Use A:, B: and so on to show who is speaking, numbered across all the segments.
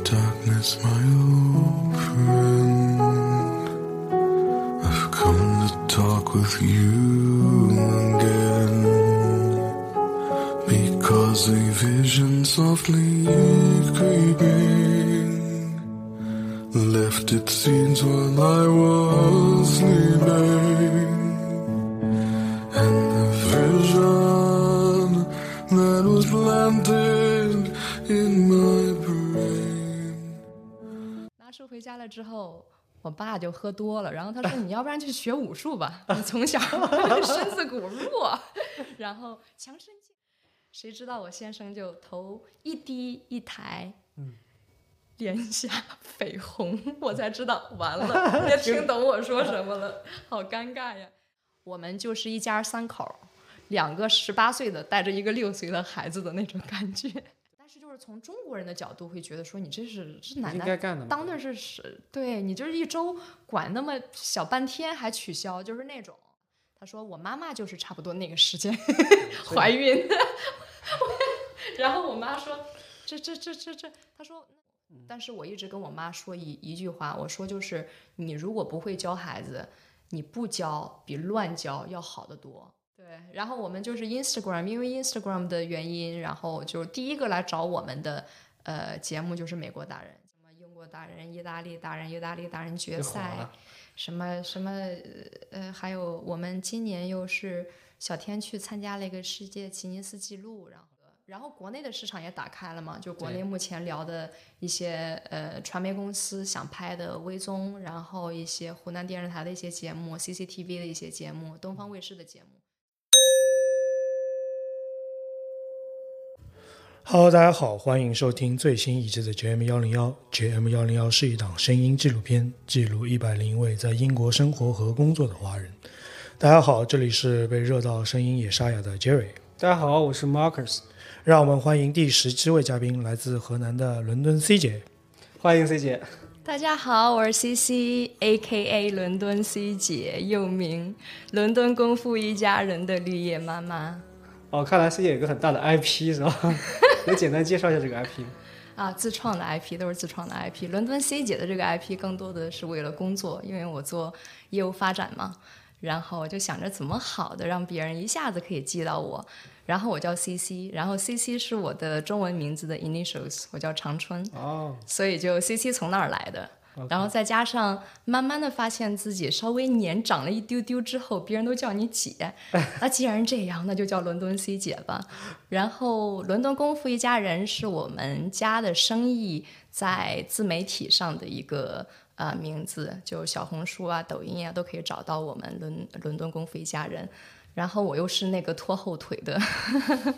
A: As my old friend, I've come to talk with you again because a vision softly creeping left its scenes while I was sleeping. And the vision that was planted in my brain.
B: 拿书回家了之后，我爸就喝多了，然后他说：“你要不然去学武术吧，你从小 身子骨弱，然后强身健。”谁知道我先生就头一低一抬，脸颊绯红，我才知道完 了，别听懂我说什么了，好尴尬呀。我们就是一家三口儿，两个十八岁的带着一个六岁的孩子的那种感觉。 但是就是从中国人的角度会觉得说你这是这奶
C: 应
B: 奶
C: 该干的嘛。
B: 当的是是，对你就是一周管那么小半天还取消，就是那种。他说我妈妈就是差不多那个时间 怀孕， 然后我妈说这这这这这，她说，
C: 嗯
B: 但是我一直跟我妈说一一句话，我说就是你如果不会教孩子，你不教比乱教要好得多。对，然后我们就是 Instagram，因为 Instagram 的原因，然后就第一个来找我们的呃节目就是美国达人，什么英国达人、意大利达人、意大利达人决
C: 就火
B: 赛
C: 了，
B: 什么什么呃，还有我们今年又是小天去参加了一个世界吉尼斯纪录，然后。然后国内的市场也打开了嘛，就国
C: 对
B: 内目前聊的一些呃传媒公司想拍的微综，然后一些湖南电视台的一些节目、CCTV 的一些节目、东方卫视的节目。
D: Hello，大家好，欢迎收听最新一季的 JM 幺零幺。JM 幺零幺是一档声音纪录片，记录一百零位在英国生活和工作的华人。大家好，这里是被热到声音也沙哑的 Jerry。
C: 大家好，我是 Marcus，
D: 让我们欢迎第十七位嘉宾，来自河南的伦敦 C 姐。
C: 欢迎 C 姐。
B: 大家好，我是 C C A K A 伦敦 C 姐，又名伦敦功夫一家人的绿叶妈妈
C: 哦，看来 C 姐有个很大的 IP 是吧？能简单介绍一下这个 IP 吗？
B: 啊，自创的 IP 都是自创的 IP。伦敦 C 姐的这个 IP 更多的是为了工作，因为我做业务发展嘛，然后我就想着怎么好的让别人一下子可以记到我。然后我叫 C C，然后 C C 是我的中文名字的 initials，我叫长春。
C: 哦，
B: 所以就 CC 从那儿来的。然后再加上慢慢的发现自己稍微年长了一丢丢之后，别人都叫你姐， 那既然这样，那就叫伦敦 C 姐吧。然后伦敦功夫一家人是我们家的生意在自媒体上的一个呃名字，就小红书啊、抖音啊都可以找到我们伦伦敦功夫一家人。然后我又是那个拖后腿的，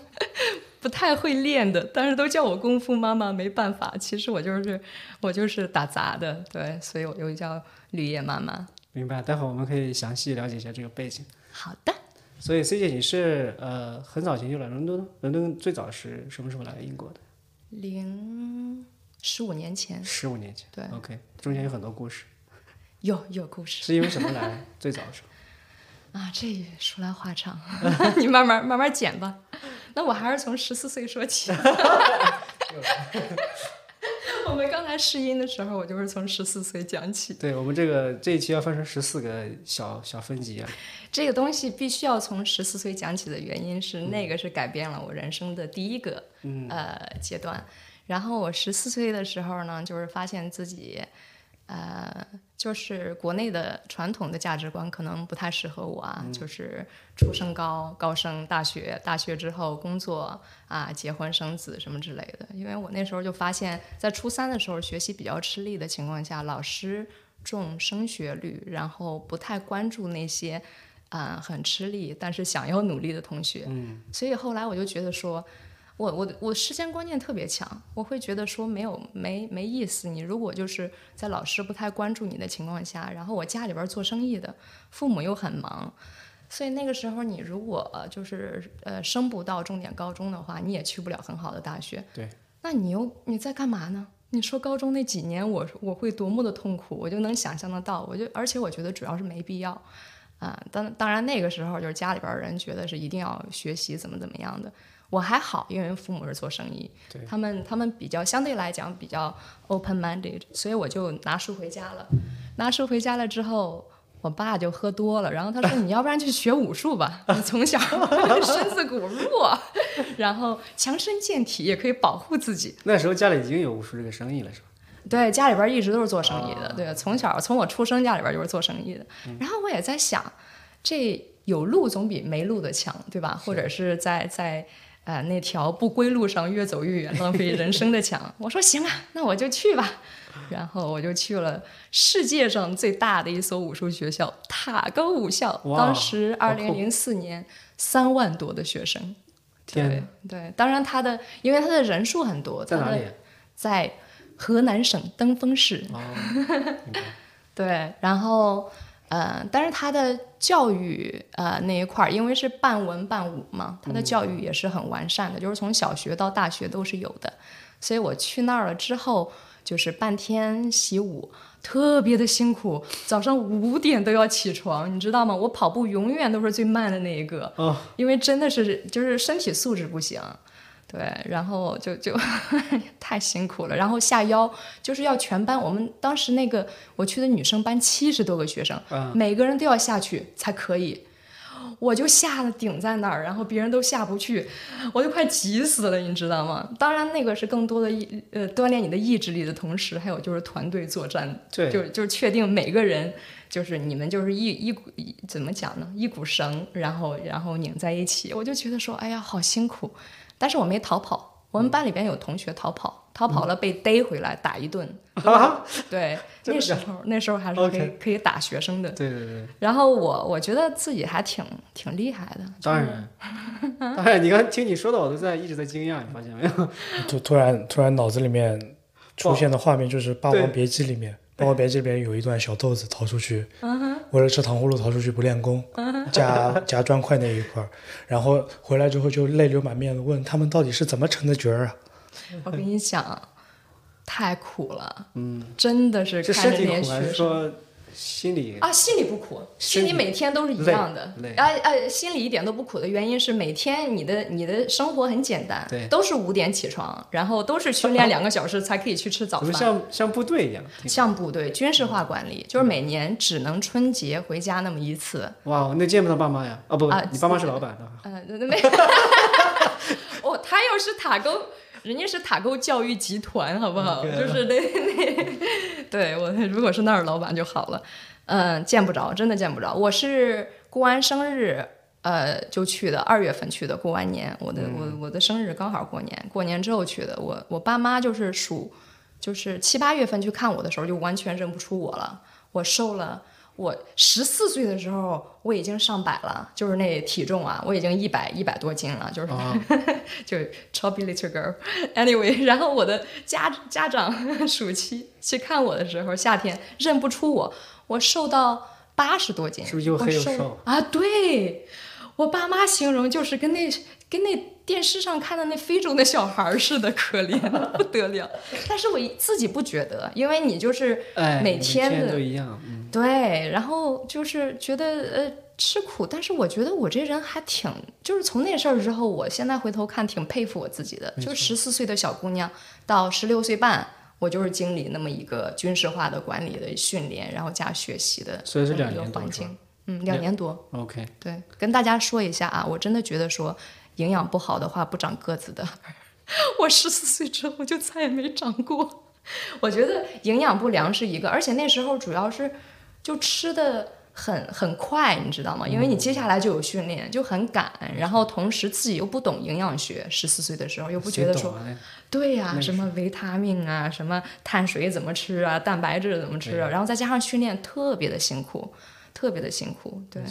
B: 不太会练的，但是都叫我功夫妈妈，没办法。其实我就是我就是打杂的，对，所以我又叫绿叶妈妈。
C: 明白。待会儿我们可以详细了解一下这个背景。
B: 好的，
C: 所以 C 姐你是呃很早前就来伦敦，伦敦最早是什么时候来英国的？
B: 零十五年前
C: 十五年前。
B: 对
C: ，OK，中间有很多故事，
B: 有有故事
C: 是因为什么来？最早 的时候。
B: 啊，这说来话长，啊 你慢慢慢慢剪吧。那我还是从十四岁说 起。我们刚才试音的时候，我就是从十四岁讲起。
C: 对我们这个这一期要分成十四个小小分级啊。
B: 这个东西必须要从十四岁讲起的原因是，那个是改变了我人生的第一个、呃阶段。然后我十四岁的时候呢，就是发现自己，呃，就是国内的传统的价值观可能不太适合我啊，就是初升高，高升大学，大学之后工作啊，结婚生子什么之类的。因为我那时候就发现，在初三的时候学习比较吃力的情况下，老师重升学率，然后不太关注那些啊、很吃力但是想要努力的同学。嗯，所以后来我就觉得说，我我的我时间观念特别强，我会觉得说没有没没意思。你如果就是在老师不太关注你的情况下，然后我家里边做生意的，父母又很忙。所以那个时候，你如果呃就是呃升不到重点高中的话，你也去不了很好的大学。
C: 对，
B: 那你又你在干嘛呢？你说高中那几年我我会多么的痛苦，我就能想象得到。我就而且我觉得主要是没必要，啊、啊、当当然那个时候就是家里边儿人觉得是一定要学习怎么怎么样的。我还好，因为父母是做生意
C: 对，
B: 他们他们比较相对来讲比较 open minded，所以我就拿书回家了。拿书回家了之后，我爸就喝多了，然后他说：“你要不然去学武术吧，你从小 身子骨弱，然后强身健体也可以保护自己。”
C: 那时候家里已经有武术这个生意了，是吧？
B: 对，家里边儿一直都是做生意的，
C: 啊
B: 对，从小从我出生家里边儿就是做生意的。
C: 嗯
B: 然后我也在想，这有路总比没路的强，对吧？或者是在在呃那条不归路上越走越远，浪费人生的强。 我说行啊，那我就去吧。然后我就去了世界上最大的一所武术学校——塔沟武校。
C: 哇
B: 当时
C: 好
B: 二
C: 酷
B: 零零四年，三万多的学生。
C: 天
B: 对对，当然他的，因为他的人数很多，
C: 在
B: 它
C: 哪
B: 的
C: 里？啊
B: 在河南省登封市。 对，然后呃，但是他的教育呃那一块儿，因为是半文半武嘛，他的教育也是很完善的，就是从小学到大学都是有的。所以我去那儿了之后，就是半天习武，特别的辛苦，早上五点都要起床，你知道吗？我跑步永远都是最慢的那一个，
C: 哦
B: 因为真的是就是身体素质不行。对，然后就就 太辛苦了，然后下腰就是要全班，我们当时那个我去的女生班七十多个学生，
C: 嗯
B: 每个人都要下去才可以。我就下了顶在那儿，然后别人都下不去，我就快急死了，你知道吗？当然，那个是更多的意呃锻炼你的意志力的同时，还有就是团队作战，
C: 对
B: 就就是确定每个人就是你们就是一一股一怎么讲呢？一股绳，然后然后拧在一起，我就觉得说，哎呀，好辛苦。但是我没逃跑，我们班里边有同学逃跑，逃跑了被逮回来打一顿。对，
C: 嗯啊
B: 那
C: 真的
B: 时
C: 假
B: 候那时候还是可以可以打学生的。
C: 对对对，
B: 然后我我觉得自己还挺挺厉害 的，
C: 当然，当然，你刚听你说的，我都在一直在惊讶，你发现没有？
D: 突突然突然脑子里面出现的画面就是《霸
C: 对
D: 王别姬》里面，《霸王别姬》里面有一段小豆子逃出去，
C: 嗯
D: 为了吃糖葫芦逃出去不练功，夹夹砖块那一块儿，然后回来之后就泪流满面的问他们到底是怎么成的角儿啊？
B: 我跟你讲，太苦了，
C: 嗯，
B: 真的是
C: 是
B: 看
C: 身
B: 着
C: 体
B: 那些
C: 苦还
B: 学
C: 是
B: 生。
C: 说心理？
B: 啊，心里不苦，心
C: 身
B: 里
C: 体
B: 每天都是一
C: 累
B: 样的
C: 累。
B: 啊啊，心里一点都不苦的原因是，每天你的你的生活很简单
C: 对，
B: 都是五点起床，然后都是训练两个小时才可以去吃早
C: 怎么
B: 饭。
C: 像嗯像部队一样？挺
B: 像部队军事化管理，就是每年只能春节回家那么一次。
C: 哇，那见不到爸妈呀？啊不，
B: 啊
C: 你爸妈是老板啊？
B: 呃，那那没， 哦，他又是塔沟，人家是塔沟教育集团，好不好？就是那 那，对我如果是那儿老板就好了。嗯、见不着，真的见不着。我是过完生日，呃，就去的，二月份去的，过完年，我的、
C: 嗯
B: 我我的生日刚好过年，过年之后去的。我我爸妈就是属，就是七八月份去看我的时候，就完全认不出我了，我瘦了。我十四岁的时候，我已经上百了，就是那体重啊，我已经一百一百多斤了，就是、
C: 啊
B: 就是 chubby little girl。Anyway，然 后我的家家长 暑期去看我的时候，夏天认不出我，我瘦到八十多斤，
C: 是不是又黑又
B: 我
C: 瘦
B: 啊？对，我爸妈形容就是跟那跟那电视上看的那非洲的小孩儿似的，可怜的不得了。但是我自己不觉得，因为你就是
C: 哎，每
B: 天的、
C: 都一样，嗯，
B: 对，然后就是觉得呃吃苦，但是我觉得我这人还挺，就是从那事儿之后，我现在回头看挺佩服我自己的。就十四岁的小姑娘到十六岁半，我就是经历那么一个军事化的管理的训练，然后加学习的
C: 所以是
B: 这么
C: 两
B: 一个
C: 年多
B: 环
C: 是吧
B: 境，嗯，两年多。
C: OK，
B: 对，跟大家说一下啊，我真的觉得说营养不好的话不长个子的， 我十四岁之后就再也没长过。 我觉得营养不良是一个，而且那时候主要是就吃的很很快，你知道吗？因为你接下来就有训练，就很赶，然后同时自己又不懂营养学，十四岁的时候又不觉得
C: 谁
B: 说
C: 懂啊
B: 对呀、什么维他命啊，什么碳水怎么吃啊，蛋白质怎么吃啊，然后再加上训练特别的辛苦，特别的辛苦，对。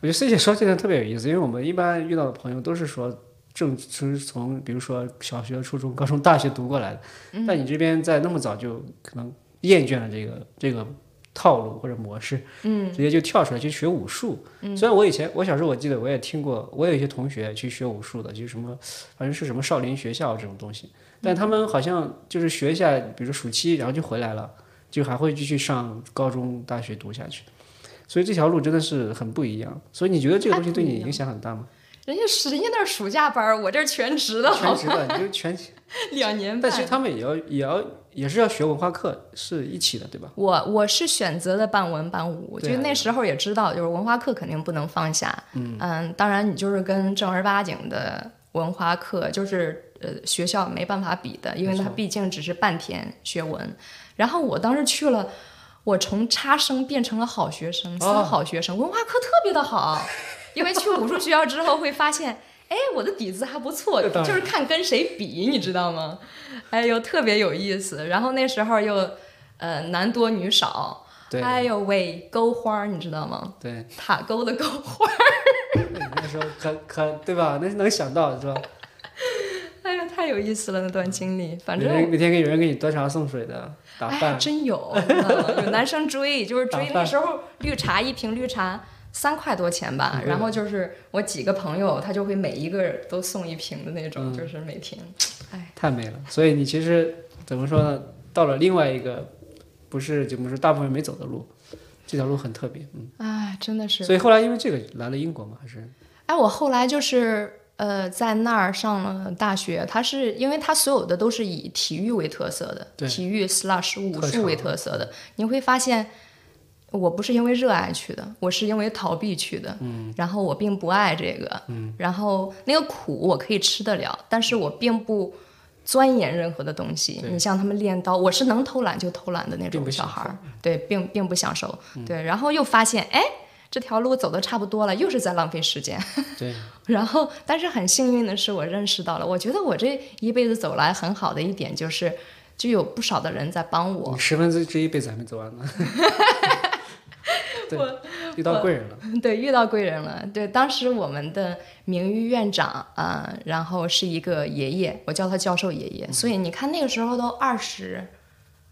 C: 我觉得 C 姐说这点特别有意思，因为我们一般遇到的朋友都是说正是从比如说小学、初中、高中、大学读过来的，但你这边在那么早就可能厌倦了这个这个套路或者模式，嗯，直接就跳出来去学武术。虽然我以前我小时候我记得我也听过，我有一些同学去学武术的，就是什么反正是什么少林学校这种东西，但他们好像就是学一下，比如说暑期，然后就回来了，就还会继续上高中、大学读下去。所以这条路真的是很不一样。所以你觉得这个东西对你影响很大吗？
B: 人家是人家那儿暑假班儿，我这儿全职的，
C: 全职的，你就全职。
B: 两年
C: 但其实
B: 半。
C: 他们也要也要也是要学文化课，是一起的，对吧？
B: 我我是选择的半文半武，
C: 对啊
B: 就那时候也知道，就是文化课肯定不能放下。嗯当然你就是跟正儿八经的文化课，就是呃学校没办法比的，因为它毕竟只是半天学文。然后我当时去了。我从差生变成了好学生，三好学生，文化课特别的好，因为去武术学校之后会发现，哎，我的底子还不错，
C: 那当然
B: 就是看跟谁比，你知道吗？哎呦，特别有意思。然后那时候又，呃，男多女少，
C: 对
B: 哎呦喂，勾花儿，你知道吗？
C: 对，
B: 塔沟的勾花儿，
C: 那你那时候可可对吧？那能想到是吧？
B: 哎呀，太有意思了那段经历。反
C: 每
B: 正
C: 天每天给有人给你端茶送水的，打
B: 哎，
C: 饭，
B: 真 有，嗯有男生追，就是追
C: 打
B: 那
C: 饭
B: 时候绿茶一瓶绿茶三块多钱吧，
C: 嗯
B: 然后就是我几个朋友，他就会每一个都送一瓶的那种，
C: 嗯
B: 就是每瓶，哎，
C: 太美了。所以你其实怎么说呢？到了另外一个不是怎么说大部分人没走的路，这条路很特别，嗯。
B: 哎，真的是，
C: 所以后来因为这个来了英国嘛，还是
B: 哎，我后来就是。呃，在那儿上了大学，他是因为他所有的都是以体育为特色的，
C: 对
B: 体育 slash 武
C: 特
B: 术
C: 长
B: 为特色的，你会发现，我不是因为热爱去的，我是因为逃避去的。嗯，然后我并不爱这个。嗯，然后那个苦我可以吃得了，但是我并不钻研任何的东西。
C: 对
B: 你像他们练刀，我是能偷懒就偷懒的那
C: 并
B: 种
C: 不
B: 小
C: 享嗯
B: 孩儿，对，并并不享受。对，然后又发现，哎，这条路走的差不多了，又是在浪费时间。
C: 对，
B: 然后，但是很幸运的是，我认识到了，我觉得我这一辈子走来很好的一点就是，就有不少的人在帮我
C: 你。十分之之一辈子还没走完呢。 对，遇到贵人了，
B: 对，遇到贵人了。对，当时我们的名誉院长啊、呃然后是一个爷爷，我叫他教授爷爷。所以你看，那个时候都二十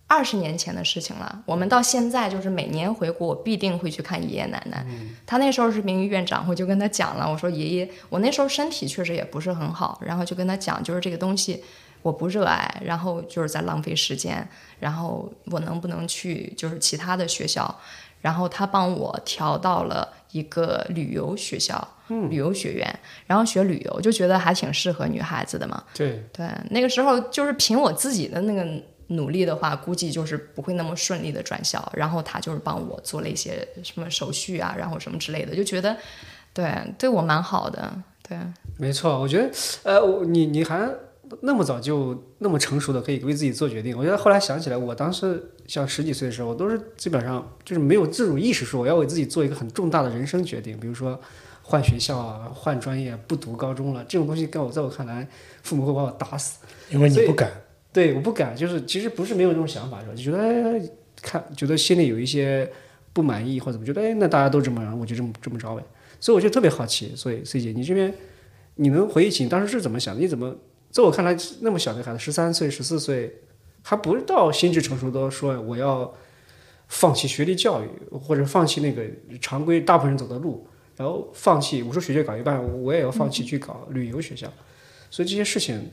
B: 二十年前的事情了。我们到现在就是每年回国，我必定会去看爷爷奶奶。他那时候是名誉院长，我就跟他讲了，我说爷爷，我那时候身体确实也不是很好，然后就跟他讲，就是这个东西。我不热爱，然后就是在浪费时间，然后我能不能去就是其他的学校？然后他帮我调到了一个旅游学校，旅游学院，然后学旅游，就觉得还挺适合女孩子的嘛。
C: 对，
B: 对，那个时候就是凭我自己的那个努力的话，估计就是不会那么顺利的转校。然后他就是帮我做了一些什么手续啊，然后什么之类的，就觉得对对我蛮好的。对，
C: 没错，我觉得，呃，我你你还那么早就那么成熟的可以为自己做决定，我觉得后来想起来，我当时像十几岁的时候，我都是基本上就是没有自主意识说我要为自己做一个很重大的人生决定，比如说换学校啊、换专业、不读高中了，这种东西在我在我看来，父母会把我打死。
D: 因为你
C: 所以
D: 不敢。
C: 对，我不敢，就是其实不是没有这种想法，是吧？就觉得哎看，觉得心里有一些不满意或者怎么，觉得哎，那大家都这么样，我就这么这么着呗。所以我就特别好奇，所以 C 姐，你这边你能回忆起你当时是怎么想的？你怎么在我看来那么小的孩子，十三岁、十四岁，还不到心智成熟，都说我要放弃学历教育，或者放弃那个常规大部分人走的路，然后放弃武术学校搞一半，我也要放弃去搞旅游学校，所以这些事情，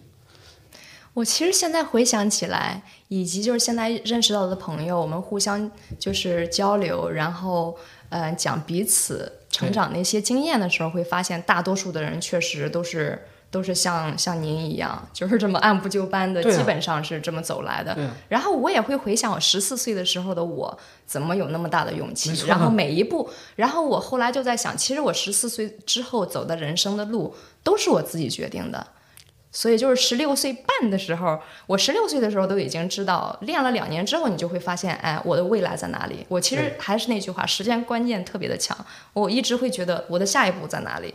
B: 我其实现在回想起来，以及就是现在认识到的朋友，我们互相就是交流，然后呃讲彼此成长的一些经验的时候，会发现大多数的人确实都是都是像像您一样，就是这么按部就班的，
C: 对啊
B: 基本上是这么走来的。
C: 对啊
B: 然后我也会回想我十四岁的时候的我，怎么有那么大的勇气
C: 没？错
B: 然后每一步，然后我后来就在想，其实我十四岁之后走的人生的路都是我自己决定的。所以就是十六岁半的时候，我十六岁的时候都已经知道，练了两年之后，你就会发现，哎，我的未来在哪里？我其实
C: 对
B: 还是那句话，时间观念特别的强，我一直会觉得我的下一步在哪里，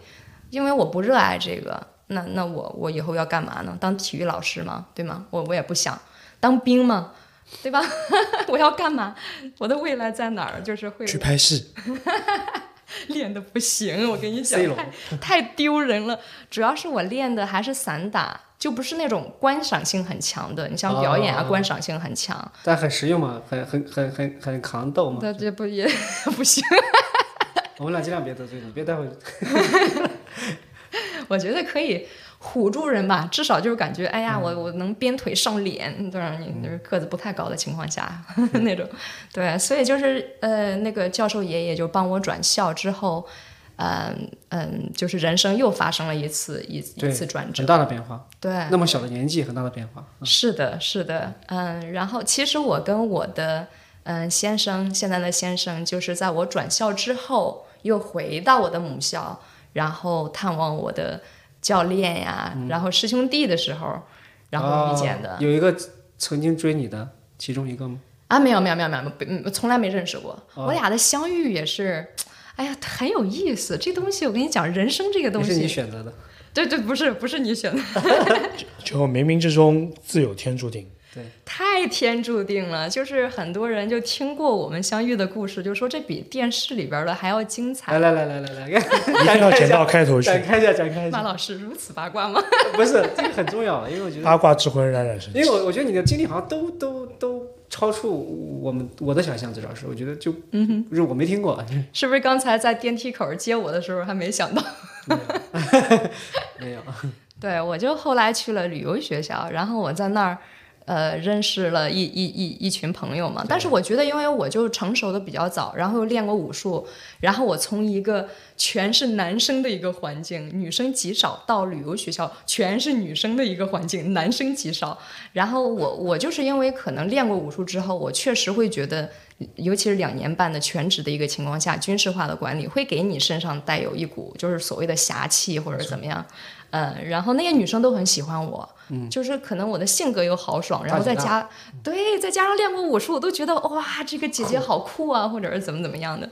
B: 因为我不热爱这个，那那我我以后要干嘛呢？当体育老师吗？对吗？我我也不想当兵吗？对吧？ 我要干嘛？我的未来在哪儿？就是会
D: 去拍戏，
B: 练的不行，我跟你讲
C: C 罗，
B: 太太丢人了。主要是我练的还是散打，就不是那种观赏性很强的。你像表演啊，
C: 哦
B: 观赏性很强，
C: 但很实用嘛，很很很很很扛斗嘛。
B: 那这不也 不行？
C: 我们俩尽量别得罪你，别待会
B: 我觉得可以唬住人吧，至少就是感觉，哎呀，我
C: 嗯
B: 我能鞭腿上脸，对吧？你就是个子不太高的情况下 那种，对，所以就是呃，那个教授爷爷就帮我转校之后，嗯嗯，就是人生又发生了一次一一
C: 对
B: 次转折
C: 很，大的变化。
B: 对，
C: 那么小的年纪，很大的变化。
B: 是的，是的，嗯，然后其实我跟我的嗯先生，现在的先生，就是在我转校之后，又回到我的母校，然后探望我的教练呀，然后师兄弟的时候，然后遇见的。
C: 嗯哦有一个曾经追你的其中一个吗？
B: 啊，没有没有没有没有，嗯，我从来没认识过。
C: 哦
B: 我俩的相遇也是，哎呀，很有意思。这东西我跟你讲，人生这个
C: 也
B: 东
C: 是你
B: 西，
C: 选择的。
B: 对对，不是不是你选的，
D: 就冥冥之中自有天注 定。
B: 太天注定了，就是很多人就听过我们相遇的故事，就说这比电视里边的还要精彩。
C: 来来来来来来，
D: 一定要剪到开 头去
C: 展，开一下，展开一
B: 马
C: 下。
B: 老师如此八卦吗？
C: 不是，这个很重要，啊因为我觉得，
D: 八卦之魂冉冉升
C: 因
D: 起。
C: 为我我觉得你的经历好像都都都超出我们我的想象，至少是我觉得就，嗯哼，我没听过，
B: 是不是刚才在电梯口接我的时候还没想到？
C: 没有。
B: 对，我就后来去了旅游学校，然后我在那儿，呃，认识了一一一一群朋友嘛。但是我觉得，因为我就成熟的比较早，然后又练过武术，然后我从一个全是男生的一个环境，女生极少，到旅游学校全是女生的一个环境，男生极少。然后我我就是因为可能练过武术之后，我确实会觉得，尤其是两年半的全职的一个情况下，军事化的管理会给你身上带有一股就是所谓的侠气或者怎么样。嗯，然后那些女生都很喜欢我，就是可能我的性格又豪爽，然后再
C: 嗯大嗯姐
B: 加对，再加上练过武术，我都觉得哇，这个姐姐好酷啊，或者是怎么怎么样的。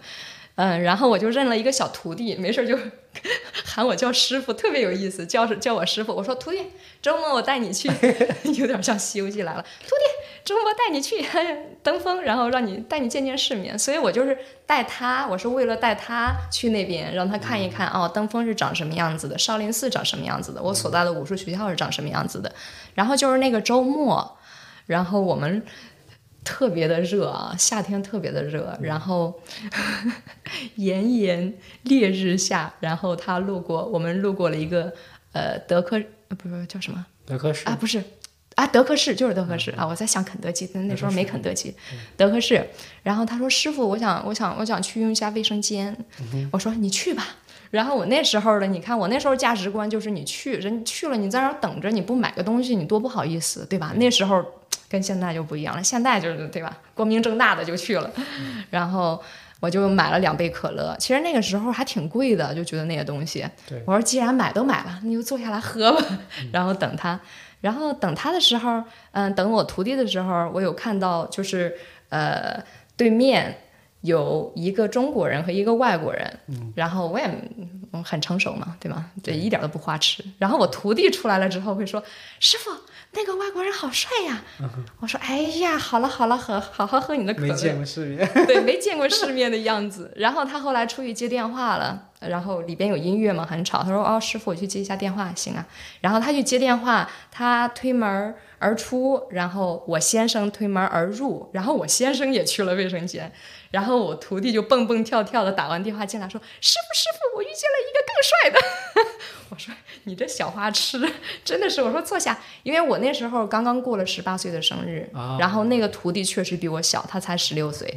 B: 嗯，然后我就认了一个小徒弟，没事儿就 喊我叫师傅，特别有意思，叫叫我师傅。我说徒弟，周末我带你去， 有点像《西游记》来了。徒弟，周末带你去 登峰，然后让你带你见见世面。所以我就是带他，我是为了带他去那边，让他看一看、哦，登峰是长什么样子的，少林寺长什么样子的，我所在的武术学校是长什么样子的。然后就是那个周末，然后我们特别的热啊，夏天特别的热，然后 炎炎烈日下，然后他路过，我们路过了一个呃德克，呃不是叫什么
C: 德克士嗯
B: 啊？不是啊，德克士就是德克士啊！我在想肯德基，但那时候没肯德基，德克士。然后他说：“师傅，我想，我想，我想去用一下卫生间。
C: 嗯
B: 我说：“你去吧。”然后我那时候的，你看我那时候价值观就是你去，人去了你在那儿等着，你不买个东西，你多不好意思，对吧？
C: 嗯
B: 那时候跟现在就不一样了，现在就是对吧，光明正大的就去了，
C: 嗯
B: 然后。我就买了两杯可乐，其实那个时候还挺贵的，就觉得那些东西。
C: 对嗯
B: 我说既然买都买了，那就坐下来喝吧。然后等他，然后等他的时候，嗯，等我徒弟的时候，我有看到就是呃对面有一个中国人和一个外国人，然后我也嗯很成熟嘛，对吗？对，一点都不花痴。然后我徒弟出来了之后会说：“师傅，那个外国人好帅呀！”我说：“哎呀，好了好了，喝好好喝你的可
C: 嗯没
B: 乐。”
C: 见过世面，
B: 对，没见过世面的样子。然后他后来出去接电话了，然后里边有音乐嘛，很吵。他说：“哦，师傅，我去接一下电话，行啊。”然后他去接电话，他推门而出，然后我先生推门而入，然后我先生也去了卫生间，然后我徒弟就蹦蹦跳跳的打完电话进来，说：“师傅，师傅，我遇见了一个更帅的。”我说：“你这小花痴，真的是。”我说：“坐下，因为我那时候刚刚过了十八岁的生日，
C: 啊
B: 然后那个徒弟确实比我小，他才十六岁。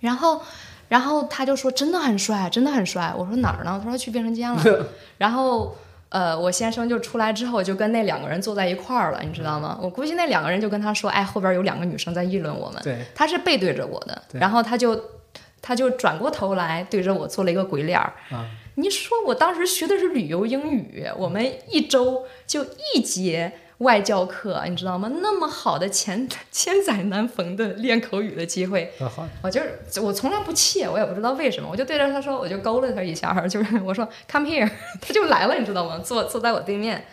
B: 然后，然后他就说真的很帅，真的很帅。我说哪儿呢？他说去卫生间了。然后，呃，我先生就出来之后就跟那两个人坐在一块儿了，你知道吗？我估计那两个人就跟他说，哎，后边有两个女生在议论我们。
C: 对，
B: 他是背对着我的，
C: 对
B: 然后他就他就转过头来对着我做了一个鬼脸儿。
C: 啊
B: 你说我当时学的是旅游英语，我们一周就一节外教课，你知道吗？那么好的千千载难逢的练口语的机会，
C: 很好。
B: 我就是我从来不怯，我也不知道为什么，我就对着他说，我就勾了他一下儿， 就是我说 come here，他 就来了，你知道吗？坐坐在我对面，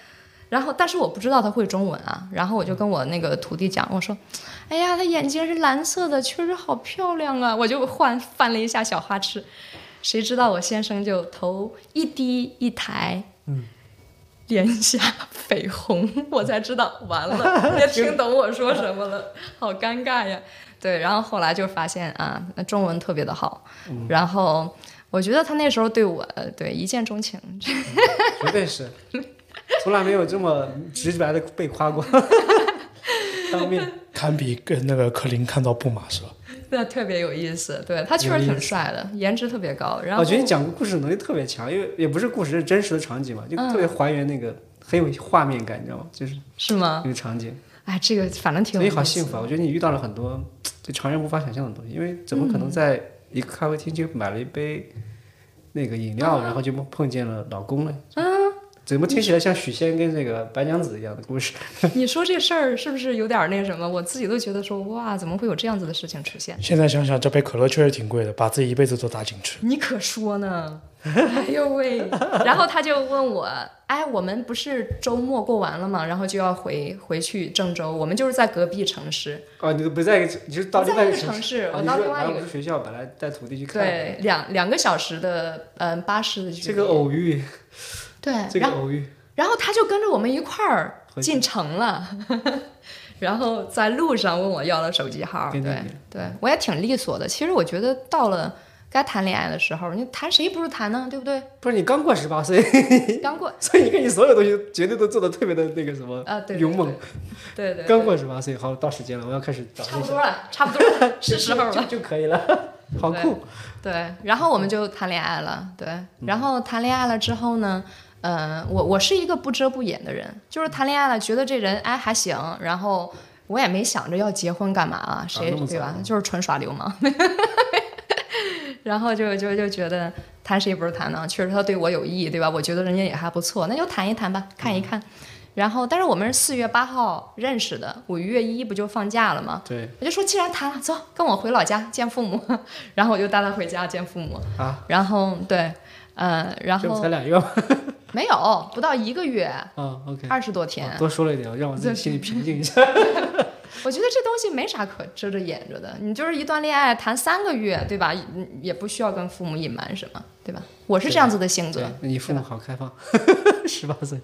B: 然后但是我不知道他会中文啊，然后我就跟我那个徒弟讲，我说，哎呀，他眼睛是蓝色的，确实好漂亮啊，我就换翻了一下小花痴，谁知道我先生就头一低一抬，脸颊绯红，我才知道完了，也听懂我说什么了，好尴尬呀。对，然后后来就发现啊，那中文特别的好，然后。我觉得他那时候对我呃对一见钟情，
C: 绝对是，从来没有这么直白的被夸过。 当面，
D: 堪比跟那个克林看到布马是吧？
B: 那特别有意思。对他确实挺帅的，颜值特别高。然后
C: 我觉得你讲故事能力特别强，因为也不是故事，是真实的场景嘛，就
B: 嗯
C: 特别还原那个，很有画面感，你知道吗？就是
B: 是吗？
C: 那个场景，
B: 哎，这个反正嗯挺
C: 所
B: 有
C: 以
B: 意思
C: 好幸福啊！我觉得你遇到了很多就常人无法想象的东西，因为怎么
B: 嗯
C: 可能在一个咖啡厅就买了一杯那个饮
B: 嗯
C: 料，然后就碰见了老公呢？
B: 啊
C: 嗯，怎么听起来像许仙跟那个白娘子一样的故事？
B: 你说这事儿是不是有点那什么？我自己都觉得说，哇，怎么会有这样子的事情出现？
D: 现在想想，这杯可乐确实挺贵的，把自己一辈子都搭进去。
B: 你可说呢？ 哎呦喂！然后他就问我，哎，我们不是周末过完了吗？然后就要回回去郑州，我们就是在隔壁城市，
C: 哦，你都不在一个，你是到
B: 不在
C: 另外
B: 一
C: 一
B: 个
C: 城
B: 城市
C: 啊
B: 我
C: 你
B: 到
C: 说
B: 另外
C: 来
B: 一
C: 我
B: 个
C: 们学校本来带徒弟去看，
B: 对，两两个小时的嗯巴士的距离。
C: 这个偶遇，
B: 对，
C: 这
B: 嗯
C: 个
B: 然后
C: 偶遇，
B: 然后他就跟着我们一块儿
C: 回去
B: 进城了， 然后在路上问我要了手机号，
C: 跟着
B: 对
C: 你
B: 对，我也挺利索的。其实我觉得到了该谈恋爱的时候，你谈谁不是谈呢？对不 对？
C: 不是你刚过十八岁，
B: 刚过
C: 所以你看你所有东西绝对都做的特别的那个什么
B: 啊，对，对
C: 勇猛。，
B: 对对对，
C: 刚过十八岁，好，到时间了，我要开始找
B: 差
C: 对
B: 不
C: 象，
B: 多了，差不多了，是时候
C: 就
B: 了。
C: 就可以了，好酷。
B: 对，然后我们就谈恋爱了，对，
C: 嗯
B: 然后谈恋爱了之后呢，呃，我我是一个不遮不掩的人，就是谈恋爱了，觉得这人哎还行，然后我也没想着要结婚干嘛啊，谁、
C: 那么
B: 对
C: 早
B: 吧
C: 啊？
B: 就是纯耍流氓， 然后就就就觉得谈谁不是谈呢？确实他对我有意，对吧？我觉得人家也还不错，那就谈一谈吧，
C: 嗯
B: 看一看。然后，但是我们是四月八号认识的，五月一不就放假了吗？
C: 对
B: 我就说既然谈了，走，跟我回老家见父母。 然后我就带他回家见父母。
C: 啊，
B: 然后对，呃，然
C: 这不才
B: 后
C: 俩月吗？
B: 没有不到一个月，
C: 啊，OK，
B: 二十多天。
C: 多说了一点，让我自己心里平静一下。
B: 我觉得这东西没啥可遮着掩着的，你就是一段恋爱谈三个月，对吧？嗯也不需要跟父母隐瞒什么，对吧？我是这嗯样子的性格
C: 对，，你父母好 开放，十八岁，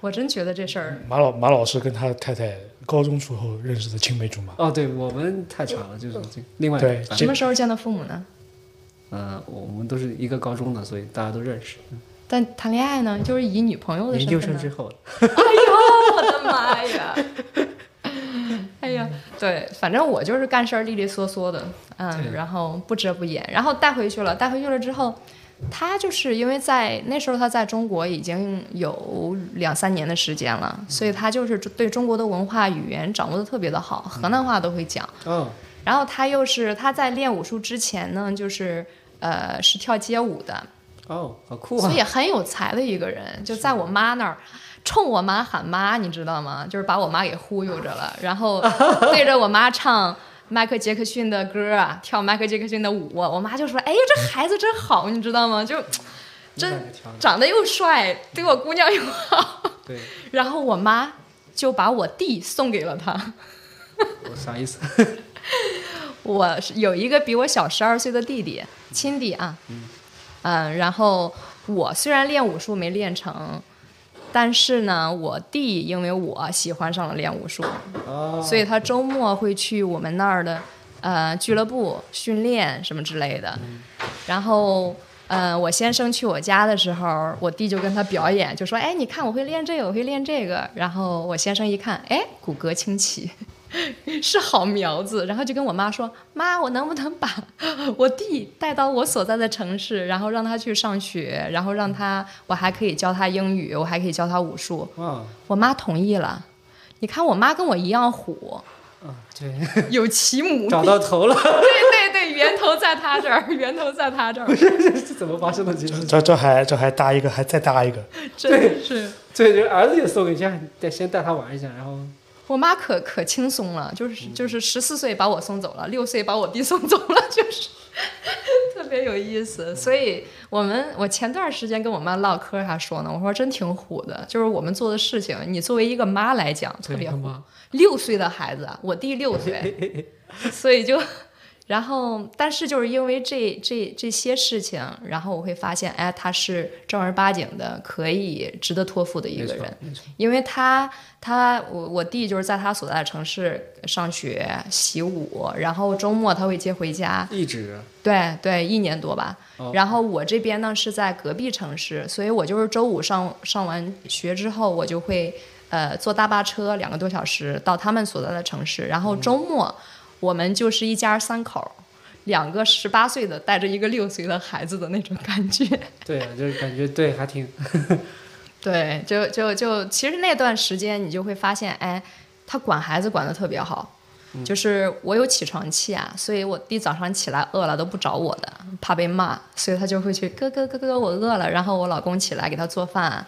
B: 我真觉得这
C: 啊
B: 事儿
D: 马老马老师跟他太太高中时候认识的青梅竹马，
C: 哦，对我们太长了，就是这另外
D: 对
B: 什么时候见的父母呢？
C: 呃，我们都是一个高中的，所以大家都认识。
B: 但谈恋爱呢，就是以女朋友的
C: 研
B: 身
C: 究
B: 份
C: 生
B: 呢
C: 之后，
B: 我的妈呀！ 哎呀，对，反正我就是干事儿利利索索的，嗯，
C: 对
B: 然后不遮不掩，然后带回去了，带回去了之后，他就是因为在那时候他在中国已经有两三年的时间了，所以他就是对中国的文化语言掌握的特别的好，河南话都会讲。
C: 哦，
B: 然后他又是他在练武术之前呢，就是呃是跳街舞的，
C: 哦，好酷
B: 所
C: 啊！
B: 以很有才的一个人，就在我妈那儿。冲我妈喊妈，你知道吗？就是把我妈给忽悠着了，然后对着我妈唱迈克杰克逊的歌啊，跳迈克杰克逊的舞，我妈就说：“哎，这孩子真好，你知道吗？就
C: 那
B: 真
C: 个条件
B: 长得又帅，对我姑娘又好。
C: 对，”
B: 然后我妈就把我弟送给了他。
C: 我啥 意思？
B: 我是有一个比我小十二岁的弟弟，亲弟啊，嗯、然后我虽然练武术没练成，但是呢，我弟因为我喜欢上了练武术，
C: 哦，
B: 所以他周末会去我们那儿的呃俱乐部训练什么之类的。然后呃，我先生去我家的时候，我弟就跟他表演，就说：“哎，你看我会练这个，我会练这个。”然后我先生一看，哎，骨骼清奇。 是好苗子，然后就跟我妈说：“妈，我能不能把我弟带到我所在的城市，然后让他去上学，然后让他，我还可以教他英语，我还可以教他武术。”
C: 哇，
B: 我妈同意了。你看，我妈跟我一样虎，
C: 啊，对，
B: 有其母，
C: 找到头了，
B: 对对对，源头在她这儿，源头在她这儿，
C: 这是怎么发生的？其实
D: 这这还这还搭一个，还再搭一个，
B: 真的是。
C: 对，就是儿子也送给家，你得先带他玩一下，然后
B: 我妈可可轻松了，就是就是十四岁把我送走了，六岁把我弟送走了，就是特别有意思。所以我们我前段时间跟我妈唠嗑还说呢，我说真挺虎的，就是我们做的事情，你作为一个妈来讲特别
C: 对
B: 虎
C: 妈。
B: 六岁的孩子啊，我弟六岁，所以就然后，但是就是因为这这这些事情，然后我会发现，哎，他是正儿八经的，可以值得托付的一
C: 没
B: 个
C: 错
B: 人。
C: 没错，
B: 因为他他我我弟就是在他所在的城市上学习武，然后周末他会接回家，
C: 一直
B: 对对，一年多吧。
C: 哦
B: 然后我这边呢是在隔壁城市，所以我就是周五上上完学之后，我就会呃坐大巴车两个多小时到他们所在的城市，然后周末我们就是一家三口儿。两个十八岁的带着一个六岁的孩子的那种感觉，
C: 对啊，就是感觉对，还挺
B: 对，就就就，其实那段时间你就会发现，哎，他管孩子管得特别好。就是我有起床气啊，所以我弟早上起来饿了都不找我的，怕被骂，所以他就会去哥哥哥哥我饿了，然后我老公起来给他做饭，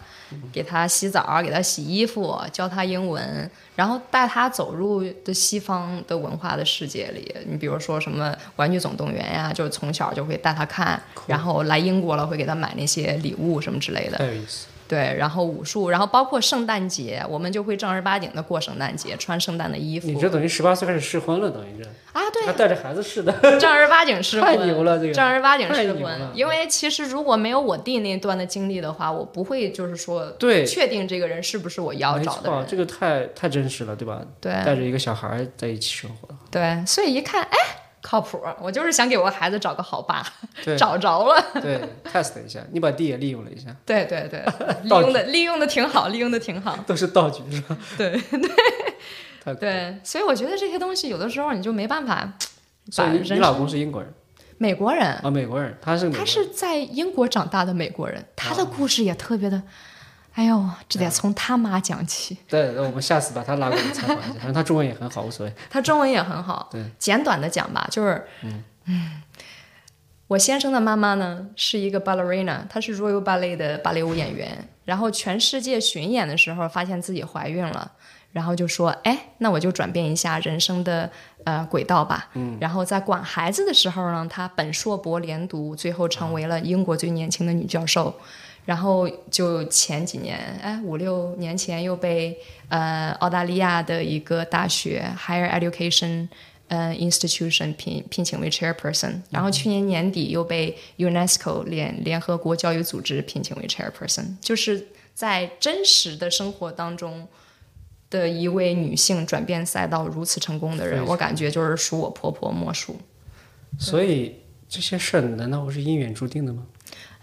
B: 给他洗澡，给他洗衣服，教他英文，然后带他走入的西方的文化的世界里。你比如说什么《玩具总动员》呀，就是从小就会带他看，然后来英国了会给他买那些礼物什么之类的。
C: 太有意思。
B: 对，然后武术，然后包括圣诞节，我们就会正儿八经的过圣诞节，穿圣诞的衣服
C: 你这等于十八岁开始试婚了，等于这
B: 啊，
C: 还带着孩子试的，
B: 对，正儿八经吃
C: 太
B: 荤，
C: 牛了这个
B: 正儿八经
C: 太
B: 吃
C: 牛
B: 荤
C: 了。
B: 因为其实如果没有我弟那段的经历的话，我不会就是说
C: 对
B: 确定这个人是不是我要
C: 没
B: 找的
C: 错，
B: 人，
C: 这个太太真实了，对吧？带
B: 对
C: 着一个小孩儿在一起生活，
B: 对，所以一看，哎，靠谱，我就是想给我孩子找个好爸，
C: 对
B: 找着了，
C: 对 ，test 一下，你把地也利用了一下，
B: 对对 对，利
C: 到
B: 用的利用的挺好，利用的挺好。
C: 都是道具是吧？
B: 对
C: 太酷了，
B: 对，所以我觉得这些东西有的时候你就没办法
C: 所
B: 把
C: 以
B: 人
C: 你你老
B: 生
C: 公是英国人
B: 美国人。
C: 啊，美国人，他是美国
B: 他
C: 人
B: 是在英国长大的美国人，他的故事也特别的，哎呦，这得从他妈讲起。
C: 对，那我们下次把他拉过来采访一下， 反正他中文也很好，无所谓。
B: 他中文也很好
C: 对，
B: 简短的讲吧，就是，嗯我先生的妈妈呢是一个 ballerina，她是 Royal Ballet 的芭蕾舞演员，然后全世界巡演的时候发现自己怀孕了。然后就说，哎，那我就转变一下人生的呃轨道吧。嗯，然后在管孩子的时候呢，她本硕博连读，最后成为了英国最年轻的女教授。然后就前几年，哎，五六年前又被呃澳大利亚的一个大学 Higher Education 呃 Institution 聘聘请为 Chairperson，然后去年年底又被 UNESCO 联联合国教育组织聘请为 Chairperson，就是在真实的生活当中。的一位女性转变赛道如此成功的人，我感觉就是数我婆婆莫属。
C: 所以这些事儿难道不是因缘注定 的吗？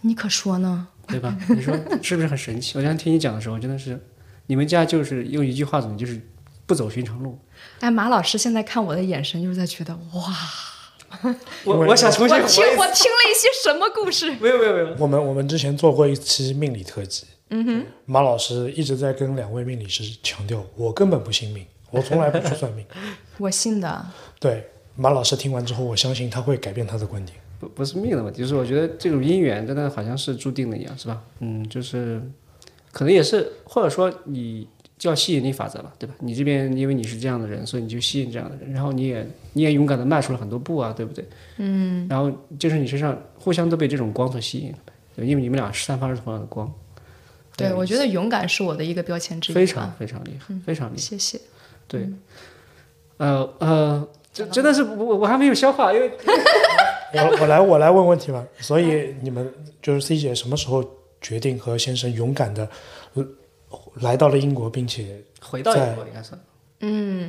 B: 你可说呢？
C: 对吧？你说是不是很神奇？我刚才听你讲的时候，我真的是，你们家就是用一句话总结，就是不走寻常路。
B: 哎，马老师现在看我的眼神，就是在觉得哇，
C: 我我想重
B: 我
C: 新
B: 听
C: 活一次，
B: 我听了一些什么故事？
C: 没有没有没有，
D: 我们我们之前做过一期命理特辑，嗯哼，马老师一直在跟两位命理师强调，我根本不信命，我从来不去算 命。
B: 我信的，
D: 对，马老师听完之后，我相信他会改变他的观点。
C: 不不是命的问题，就是我觉得这种姻缘真的好像是注定的一样，是吧？嗯，就是可能也是，或者说你叫吸引力法则吧，对吧？你这边因为你是这样的人，所以你就吸引这样的人，然后你也你也勇敢的迈出了很多步啊，对不对？嗯，然后就是你身上互相都被这种光所吸引了呗，对因为你们俩散发着同样的光，
B: 对
C: 对
B: 我觉得勇敢是我的一个标签之一吧。
C: 非常非常厉害，非常厉害。
B: 谢谢。
C: 对，呃呃，这真的是我我还没有消化，因为
D: 我我来我来问问题吧。所以你们就是 C 姐什么时候决定和先生勇敢的来到了英国，并且
C: 回到英国应该算。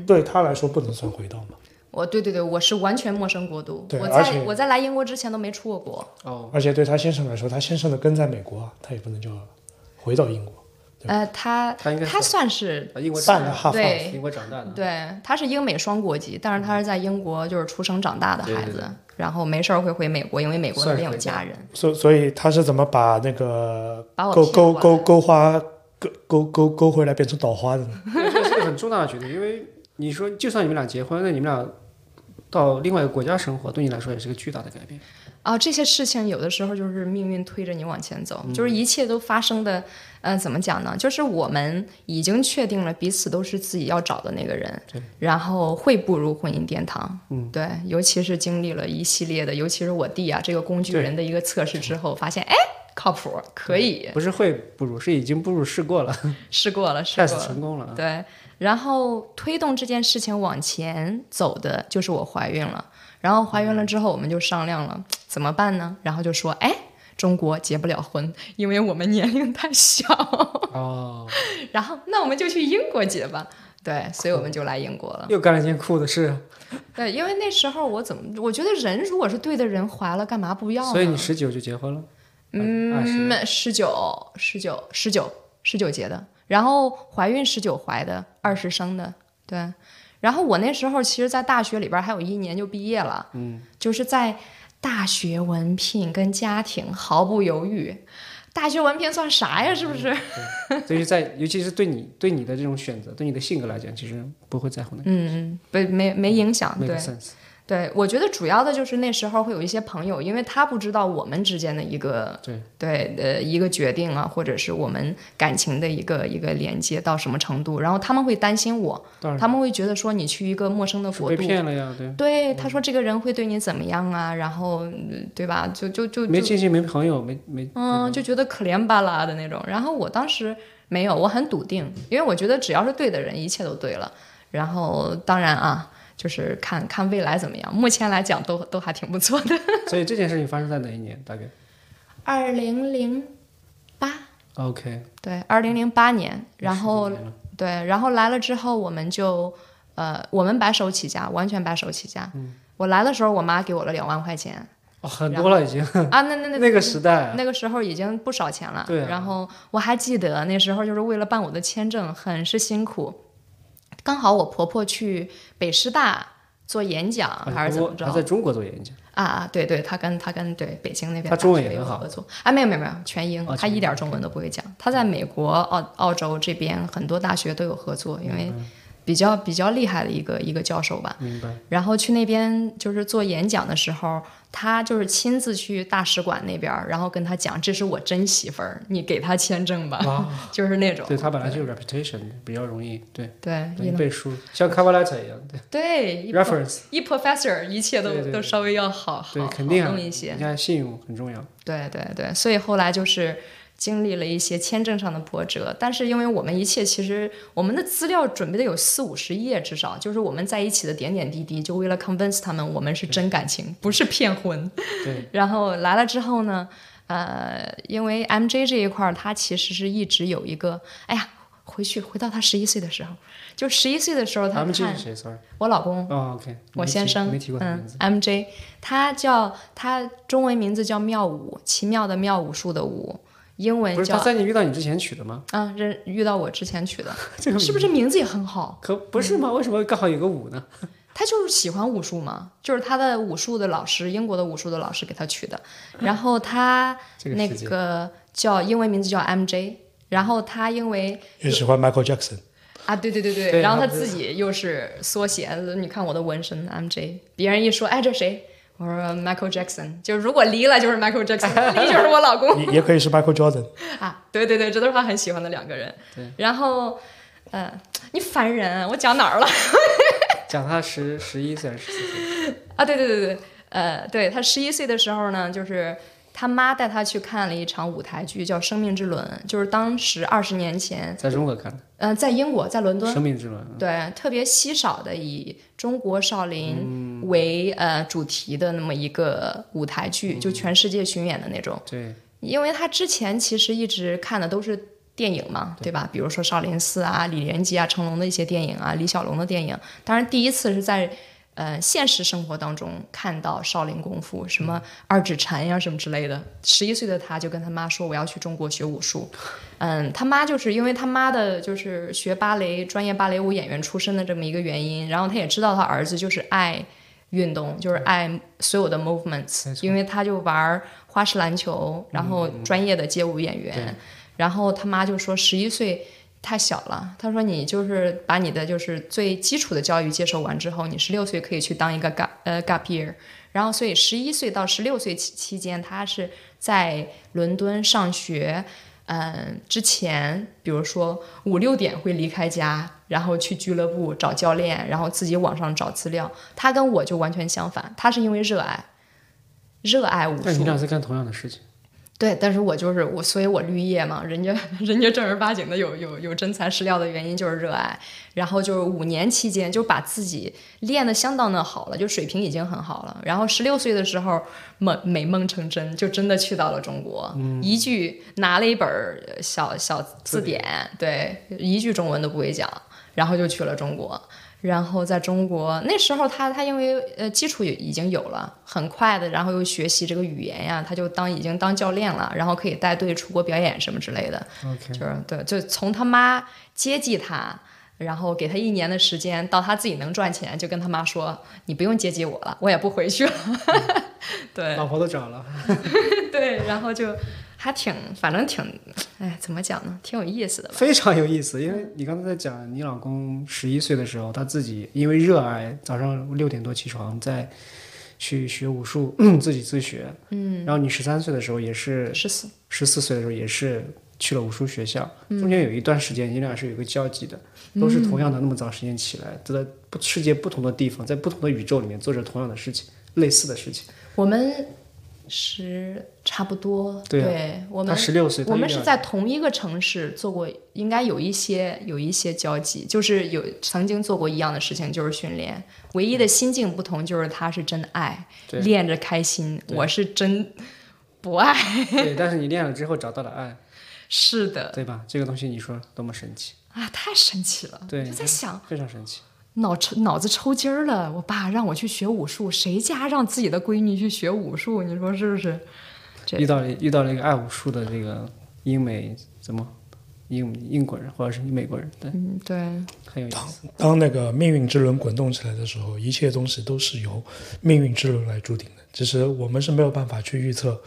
D: 对他来说不能算回到嘛？
B: 我对对对，我是完全陌生国度。
D: 对
B: 我
D: 而
B: 在
D: 且
B: 我在来英国之前都没出过国。
C: 哦，
D: 而且对他先生来说，他先生的根在美国啊，他也不能叫回到英国。
B: 呃，他
C: 他应该
B: 他算是
C: 啊英国
D: 半
C: 长
D: 个
C: 大
D: 哈法，
B: 对
C: 英国长大的。
B: 对，他是英美双国籍，但是他是在英国就是出生长大的
C: 对对
B: 孩子，然后没事儿会回美国，因为美国那边有家人。
D: 所所以他是怎么把那个
B: 把我
D: 勾
B: 骗
D: 勾
B: 过来
D: 勾勾花勾勾勾勾回来变成倒花的呢？
C: 对这个是个很重大的决定，因为你说就算你们俩结婚，那你们俩到另外一个国家生活，对你来说也是个巨大的改变。
B: 啊，这些事情有的时候就是命运推着你往前走，
C: 嗯
B: 就是一切都发生的，嗯、怎么讲呢？就是我们已经确定了彼此都是自己要找的那个人，然后会步入婚姻殿堂。嗯，对，尤其是经历了一系列的，尤其是我弟啊这个工具
C: 对
B: 人的一个测试之后，发现哎靠谱，可以，
C: 不是会步入，是已经步入试过了
B: 试过了，试过
C: ，test
B: 了，
C: 成功了。
B: 对，然后推动这件事情往前走的就是我怀孕了。然后怀孕
C: 嗯
B: 了之后，我们就商量了怎么办呢？然后就说，哎，中国结不了婚，因为我们年龄太小。
C: 哦，
B: 然后那我们就去英国结吧。对，所以我们就来英国了。
C: 又干了一件酷的事，
B: 对，因为那时候我怎么，我觉得人如果是对的人怀了，干嘛不要呢？
C: 所以你十九就结婚了，二十
B: 嗯，十九、十九、十九、十九结的，然后怀孕十九怀的，二十生的，对。然后我那时候其实，在大学里边还有一年就毕业了，嗯，就是在大学文凭跟家庭毫不犹豫。大学文凭算啥呀？是不是？
C: 所以在尤其是对你对你的这种选择，对你的性格来讲，其实不会在乎那个
B: 嗯，嗯，不没没影响，啊对
C: make，sense。
B: 对，我觉得主要的就是那时候会有一些朋友，因为他不知道我们之间的一个
C: 对
B: 对呃一个决定啊，或者是我们感情的一个一个连接到什么程度，然后他们会担心我，
C: 当然
B: 他们会觉得说你去一个陌生的国
C: 被
B: 度，
C: 骗了嗯呀，对，
B: 对，他说这个人会对你怎么样啊，然后嗯对吧，就就就
C: 没
B: 就
C: 亲戚，没朋友，没没
B: 嗯，就觉得可怜巴拉的那种。然后我当时没有，我很笃定，因为我觉得只要是对的人，一切都对了。然后当然啊，就是看看未来怎么样，目前来讲都都还挺不错的。
C: 所以这件事情发生在哪一年？大概
B: 二零零八，
C: OK，
B: 对，二零零八年，然后
C: 10年了
B: 对，然后来了之后，我们就呃，我们白手起家，完全白手起家。
C: 嗯
B: 我来的时候，我妈给我了两万块 钱
C: 哦，很多了已经，
B: 啊，那那那
C: 那个时代啊，
B: 那个时候已经不少钱了。
C: 对啊
B: 然后我还记得那时候就是为了办我的签证，很是辛苦。刚好我婆婆去北师大做演讲，
C: 啊
B: 还是怎么
C: 他
B: 着
C: 在中国做演讲，
B: 啊？啊，对对，她跟她跟对北京那边
C: 她中文
B: 大学
C: 也
B: 有
C: 很好
B: 合作。啊，没有没有没有，全英
C: 哦，
B: 她
C: 全
B: 一
C: 英
B: 点中文都不会讲。她在美国、澳澳洲这边很多大学都有合作，因
C: 嗯
B: 为比较比较厉害的一个一个教授吧。
C: 明白？
B: 然后去那边就是做演讲的时候，他就是亲自去大使馆那边儿，然后跟他讲：“这是我真媳妇儿，你给她签证吧。
C: 哇，
B: 就是那种哎
C: 对他本来就有 reputation，比较容易对，
B: 对
C: 容
B: 一
C: 易
B: 弄
C: 背书，像 cover letter 一样对
B: 对一 pro-
C: ，reference，
B: 一 professor 一切都
C: 对对
B: 都
C: 对
B: 稍微要好好
C: 对，
B: 好
C: 肯定啊，
B: 弄一些
C: 人。家信用很重要，
B: 对对对，所以后来就是经历了一些签证上的波折，但是因为我们一切其实我们的资料准备的有四五十页至少，就是我们在一起的点点滴滴，就为了 convince 他们我们是真感情，不是骗婚。
C: 对，
B: 然后来了之后呢，呃，因为 MJ 这一块儿，他其实是一直有一个，哎呀，回去回到他十一岁的时候，就十一岁的时候他
C: 咱们这
B: 看
C: 是谁？sorry，
B: 我老公。
C: 哦，OK，
B: 我
C: 没
B: 先
C: 提
B: 生，
C: 没提过他的
B: 嗯
C: 名字，
B: ，MJ，他叫他中文名字叫妙武，奇妙的妙，武术的武，英文
C: 不是他
B: 叫
C: 在你遇到你之前取的吗？
B: 啊，认遇到我之前取的，
C: 这个
B: 是不是名字也很好？
C: 可不是
B: 嗯
C: 吗？为什么刚好有个五呢？
B: 他就是喜欢武术嘛，就是他的武术的老师，英国的武术的老师给他取的，然后他
C: 这个
B: 那
C: 世界
B: 个叫英文名字叫 MJ，然后他因为
D: 也喜欢 Michael Jackson。
B: 啊，对对对对，
C: 对
B: 然后
C: 他
B: 他
C: 不是
B: 自己又是缩写，你看我的纹身 MJ，别人一说哎这谁，我说 Michael Jackson，就是如果离了就是 Michael Jackson，不离 就是我老公
D: 也也可以是 Michael Jordan，
B: 啊，对对对，这都是他很喜欢的两个人。
C: 对，
B: 然后呃，你烦人，我讲哪儿了
C: 讲他十十一岁还是十四岁？
B: 啊？对对对对，呃，对他十一岁的时候呢，就是。他妈带他去看了一场舞台剧，叫《生命之轮》，就是当时二十年前，
C: 在中国看的
B: 呃，在英国，在伦敦
C: 《生命之轮》嗯，
B: 对，特别稀少的以中国少林为、呃主题的那么一个舞台剧，就全世界巡演的那种。
C: 对，
B: 因为他之前其实一直看的都是电影嘛，对吧？比如说少林寺啊、李连杰啊、成龙的一些电影啊、李小龙的电影。当然，第一次是在呃现实生活当中看到少林功夫，什么二指禅呀、什么之类的。十一岁的他就跟他妈说：“我要去中国学武术。”嗯，他妈就是因为他妈的就是学芭蕾、专业芭蕾舞演员出身的这么一个原因，然后他也知道他儿子就是爱。运动就是爱所有的 movements，因为他就玩儿花式篮球，然后专业的街舞演员，然后他妈就说十一岁太小了，他说你就是把你的就是最基础的教育接受完之后，你十六岁可以去当一个 gap 呃 gap year，然后所以十一岁到十六岁期期间，他是在伦敦上学。嗯，之前比如说五六点会离开家，然后去俱乐部找教练，然后自己网上找资料。他跟我就完全相反，他是因为热爱，热爱武
C: 但你
B: 术。
C: 俩在干同样的事情，
B: 对，但是我就是我，所以我绿叶嘛，人家 人家正儿八经的有有有真材实料的原因就是热爱，然后就是五年期间就把自己练得相当的好了，就水平已经很好了。然后十六岁的时候梦美梦成真，就真的去到了中国，一句拿了一本儿小小嗯字典，对，一句中文都不会讲，然后就去了中国。然后在中国那时候他，他因为呃基础也已经有了，很快的，然后又学习这个语言呀，他就当已经当教练了，然后可以带队出国表演什么之类的。
C: OK，
B: 就是对，就从他妈接济他，然后给他一年的时间，到他自己能赚钱，就跟他妈说：“你不用接济我了，我也不回去了。 对
C: 老婆都找了，”
B: 对，然后就还挺，反正挺，哎，怎么讲呢，挺有意思的吧。
C: 非常有意思。因为你刚才在讲你老公十一岁的时候，他自己因为热爱，早上六点多起床，在去学武术， 自己自学。嗯，然后你十三岁的时候也是
B: 十四，嗯
C: 十四岁的时候也是去了武术学校，中间有一段时间你俩是有一个交集的，都是同样的那么早时间起来，都在不世界不同的地方，在不同的宇宙里面做着同样的事情，类似的事情。
B: 我们十差不多，
C: 对啊
B: 我
C: 他
B: 们
C: 十六岁，
B: 我们
C: 他一
B: 是
C: 点
B: 在同一个城市做过，应该有一些有一些交集，就是有曾经做过一样的事情，就是训练。唯一的心境不同就是他是真爱，
C: 对
B: 练着开心，
C: 对
B: 我是真不爱。
C: 对，但是你练了之后找到了 爱，
B: 是的，
C: 对吧？这个东西你说多么神奇，
B: 啊，太神奇了！
C: 对
B: 就在想
C: 非常神奇。
B: 脑抽脑子抽筋儿了，我爸让我去学武术，谁家让自己的闺女去学武术？你说是不是？对
C: 遇到了遇到了一个爱武术的这个英美怎么英英国人或者是美国人，对，
B: 嗯，对，
C: 很有意思。
D: 当那个命运之轮滚动起来的时候，一切东西都是由命运之轮来注定的。只是我们是没有办法去预测。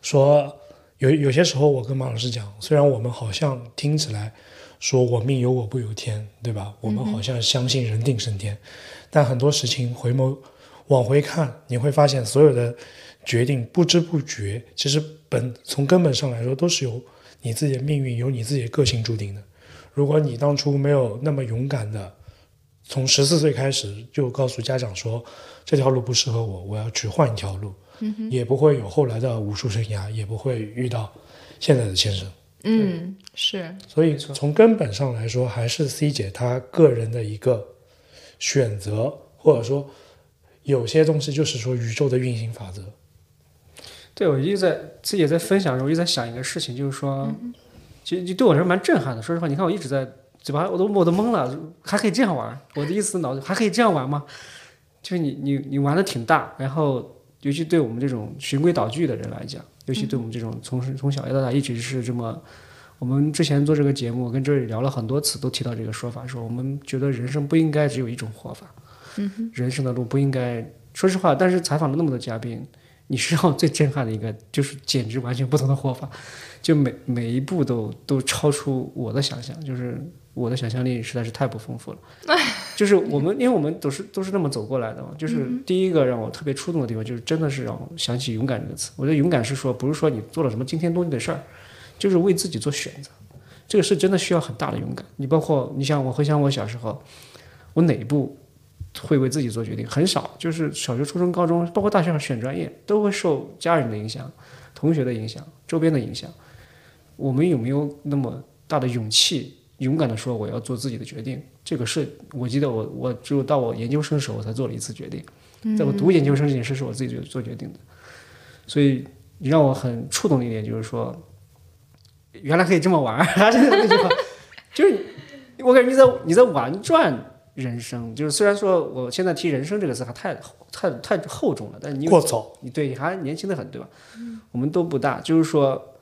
D: 说有有些时候，我跟马老师讲，虽然我们好像听起来说我命由我不由天，对吧？我们好像相信人定胜天，但很多事情回眸往回看，你会发现所有的决定不知不觉，其实本从根本上来说，都是由你自己的命运，由你自己的个性注定的。如果你当初没有那么勇敢的，从十四岁开始就告诉家长说这条路不适合我，我要去换一条路，也不会有后来的武术生涯，也不会遇到现在的先生。
B: 嗯，是，
D: 所以从根本上来说，还是 C 姐她个人的一个选择，或者说有些东西就是说宇宙的运行法则。
C: 对，我一直在自己也在分享的时候，我一直在想一个事情，就是说，其实就对我来说蛮震撼的。说实话，你看我一直在嘴巴我都我都懵了，还可以这样玩儿。我的意思脑子还可以这样玩吗？就是你你你玩的挺大，然后尤其对我们这种循规蹈矩的人来讲，尤其对我们这种从事从小到大一直是这么。我们之前做这个节目，跟这里聊了很多次，都提到这个说法，说我们觉得人生不应该只有一种活法，嗯、人生的路不应该。说实话，但是采访了那么多嘉宾，你是让我最震撼的一个，就是简直完全不同的活法，就每每一步都都超出我的想象，就是我的想象力实在是太不丰富了。就是我们，因为我们都是都是那么走过来的嘛。就是第一个让我特别触动的地方，就是真的是让我想起“勇敢”这个词。我觉得勇敢是说，不是说你做了什么惊天动地的事儿，就是为自己做选择，这个是真的需要很大的勇敢。你包括你想，我回想我小时候，我哪一步会为自己做决定？很少，就是小学、初中、高中，包括大学上选专业，都会受家人的影响、同学的影响、周边的影响。我们有没有那么大的勇气，勇敢的说我要做自己的决定？这个是我记得我我只有到我研究生时候我才做了一次决定，在我读研究生这件事是我自己做决定的，所以你让我很触动的一点就是说，原来可以这么玩 儿，还是那句话，就是我感觉你在你在玩转人生，就是虽然说我现在提人生这个词还太太太厚重了，但你有
D: 过早，
C: 哦你对你还年轻的很，对吧？我们都不大，就是说，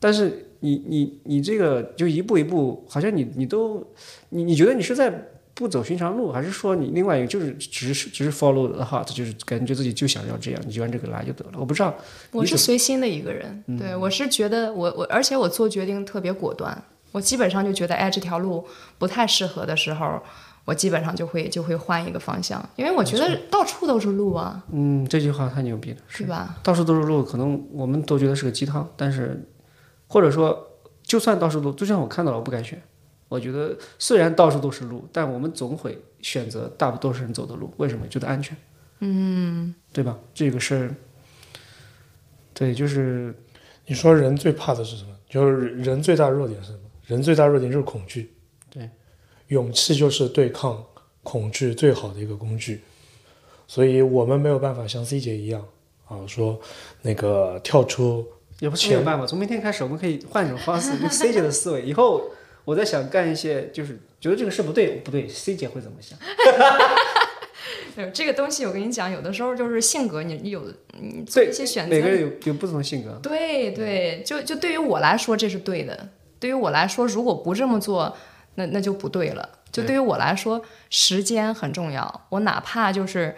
C: 但是你你你这个就一步一步，好像你你都你你觉得你是在不走寻常路，还是说你另外一个就是只是只是 follow the heart，就是感觉自己就想要这样，你就按这个来就得了。我不知道，
B: 我
C: 你嗯
B: 是随心的一个人，对我是觉得我我，而且我做决定特别果断，我基本上就觉得哎这条路不太适合的时候，我基本上就会就会换一个方向，因为我觉得到处都是路啊，
C: 嗯，这句话太牛逼了，
B: 对吧？
C: 到处都是路，可能我们都觉得是个鸡汤，但是或者说，就算到处都，就算我看到了，我不敢选。我觉得虽然到处都是路，但我们总会选择大多数人走的路。为什么？觉得安全。嗯，对吧？这个是，对，就是
D: 你说人最怕的是什么？就是人人最大的弱点是什么？人最大弱点就是恐惧。
C: 对，
D: 勇气就是对抗恐惧最好的一个工具。所以我们没有办法像 C 姐一样啊，说那个跳出
C: 也不是没有办法，从明天开始我们可以换一种方式，用 C 姐的思维。以后我在想干一些，就是觉得这个事不对，不对，C 姐会怎么想？
B: 对 这个东西，我跟你讲，有的时候就是性格，你你有你嗯做
C: 对，
B: 一些选择
C: 每个，人有有不同的性格。
B: 对对，就就对于我来说这是对的，对于我来说，如果不这么做，那那就不对了。就
C: 对
B: 对于我来说，时间很重要。我哪怕就是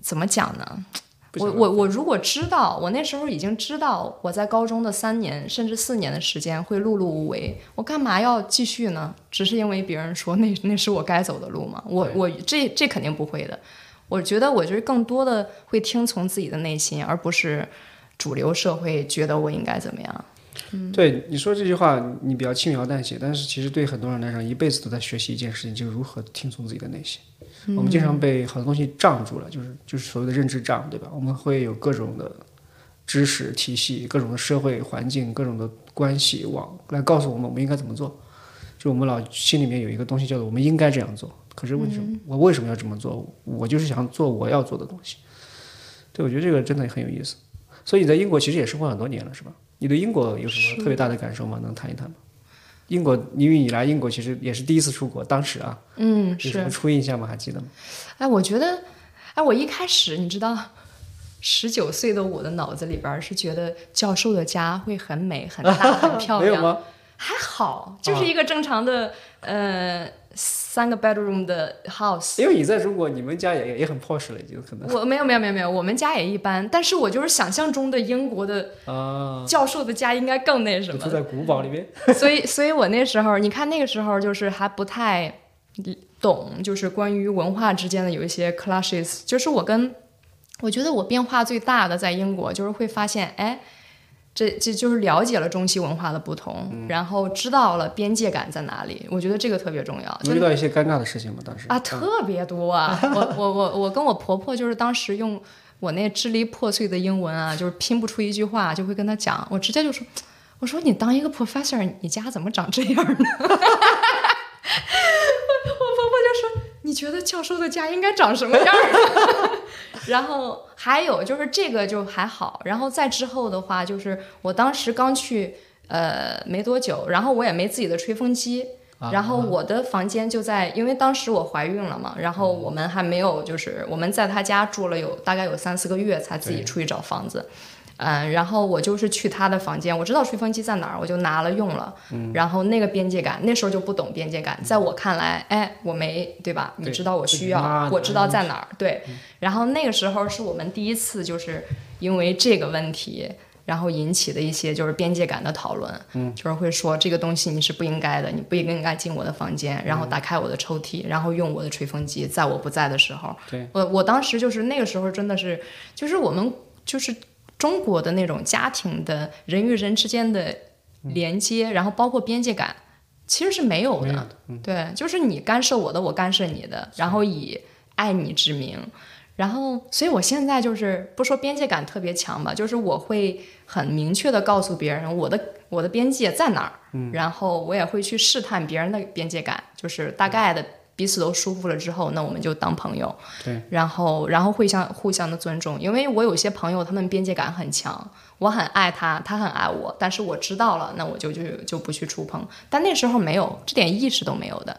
B: 怎么讲呢？
C: 不
B: 我
C: 行
B: 我我如果知道，我那时候已经知道，我在高中的三年甚至四年的时间会碌碌无为，我干嘛要继续呢？只是因为别人说那那是我该走的路吗？我我这这肯定不会的。我觉得我就是更多的会听从自己的内心，而不是主流社会觉得我应该怎么样。
C: 对你说这句话，你比较轻描淡写，但是其实对很多人来讲，一辈子都在学习一件事情，就是如何听从自己的内心。我们经常被好多东西障住了，就是就是所谓的认知障，对吧？我们会有各种的知识体系、各种的社会环境、各种的关系网来告诉我们我们应该怎么做。就我们老心里面有一个东西叫做我们应该这样做，可是为什么、我为什么要这么做？我就是想做我要做的东西。对，我觉得这个真的很有意思。所以你在英国其实也生活很多年了，是吧？你对英国有什么特别大的感受吗？能谈一谈吗？英国，因为你来英国其实也是第一次出国，当时啊，
B: 嗯，
C: 有什么初印象吗？还记得吗？
B: 哎，我觉得，哎，我一开始你知道，十九岁的我的脑子里边儿是觉得教授的家会很美、很大、 很漂
C: 没有
B: 亮，
C: 吗？
B: 还好，就是一个正常的、呃三个 bedroom 的 house。
C: 因为你在中国，你们家也也也很 posh 了，已经可能
B: 我没有没有没有没有，我们家也一般，但是我就是想象中的英国的
C: 啊，
B: 教授的家应该更那什
C: 就
B: 么
C: 住，在古堡里面。
B: 所以，所以我那时候，你看那个时候就是还不太懂，就是关于文化之间的有一些 clashes。就是我跟我觉得我变化最大的在英国，就是会发现，哎，这这就是了解了中西文化的不同，然后知道了边界感在哪里。我觉得这个特别重要。
C: 你
B: 就
C: 遇到一些尴尬的事情吗？当时
B: 啊，特别多啊！我我我我跟我婆婆就是当时用我那支离破碎的英文啊，就是拼不出一句话，就会跟她讲，我直接就说，我说你当一个 professor，你家怎么长这样呢？我我婆 婆就说，你觉得教授的家应该长什么样儿？然后还有就是这个就还好，然后再之后的话，就是我当时刚去呃没多久，然后我也没自己的吹风机，
C: 啊
B: 然
C: 嗯
B: 后我的房间就在，因为当时我怀孕了嘛，然
C: 嗯
B: 后我们还没有，就是我们在他家住了有大概有三四个月，才自己出去找房子。嗯，然后我就是去他的房间，我知道吹风机在哪儿，我就拿了用了。
C: 嗯
B: 然后那个边界感，那时候就不懂边界感，在我看来，哎，我没对吧？你
C: 对
B: 知道我
C: 自己
B: 需
C: 妈
B: 要
C: 的，
B: 我知道在哪儿，对。然后那个时候是我们第一次就是因为这个问题，然后引起的一些就是边界感的讨论，嗯，就是会说这个东西你是不应该的，你不应该进我的房间，然后打开我的抽屉，然后用我的吹风机，在我不在的时候，
C: 对
B: 我我当时就是那个时候真的是，就是我们就是中国的那种家庭的人与人之间的连接，然后包括边界感，其实是没有的，嗯对，就是你干涉我的，我干涉你的，然后以爱你之名，然后，所以我现在就是不说边界感特别强吧，就是我会很明确的告诉别人我的我的边界在哪儿，然后我也会去试探别人的边界感，就是大概的彼此都舒服了之后，那我们就当朋友，
C: 对，
B: 然后然后互相互相的尊重，因为我有些朋友他们边界感很强，我很爱他，他很爱我，但是我知道了，那我就就就不去触碰，但那时候没有这点意识都没有的，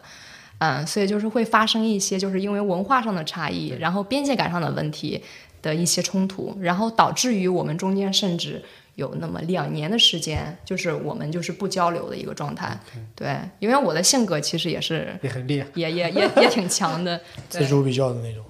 B: 嗯，所以就是会发生一些就是因为文化上的差异，然后边界感上的问题的一些冲突，然后导致于我们中间甚至有那么两年的时间，就是我们就是不交流的一个状态。对，因为我的性格其实也是
C: 也很厉害。
B: 也也也也挺强的，
D: 锱
B: 对
D: 铢必较的那种，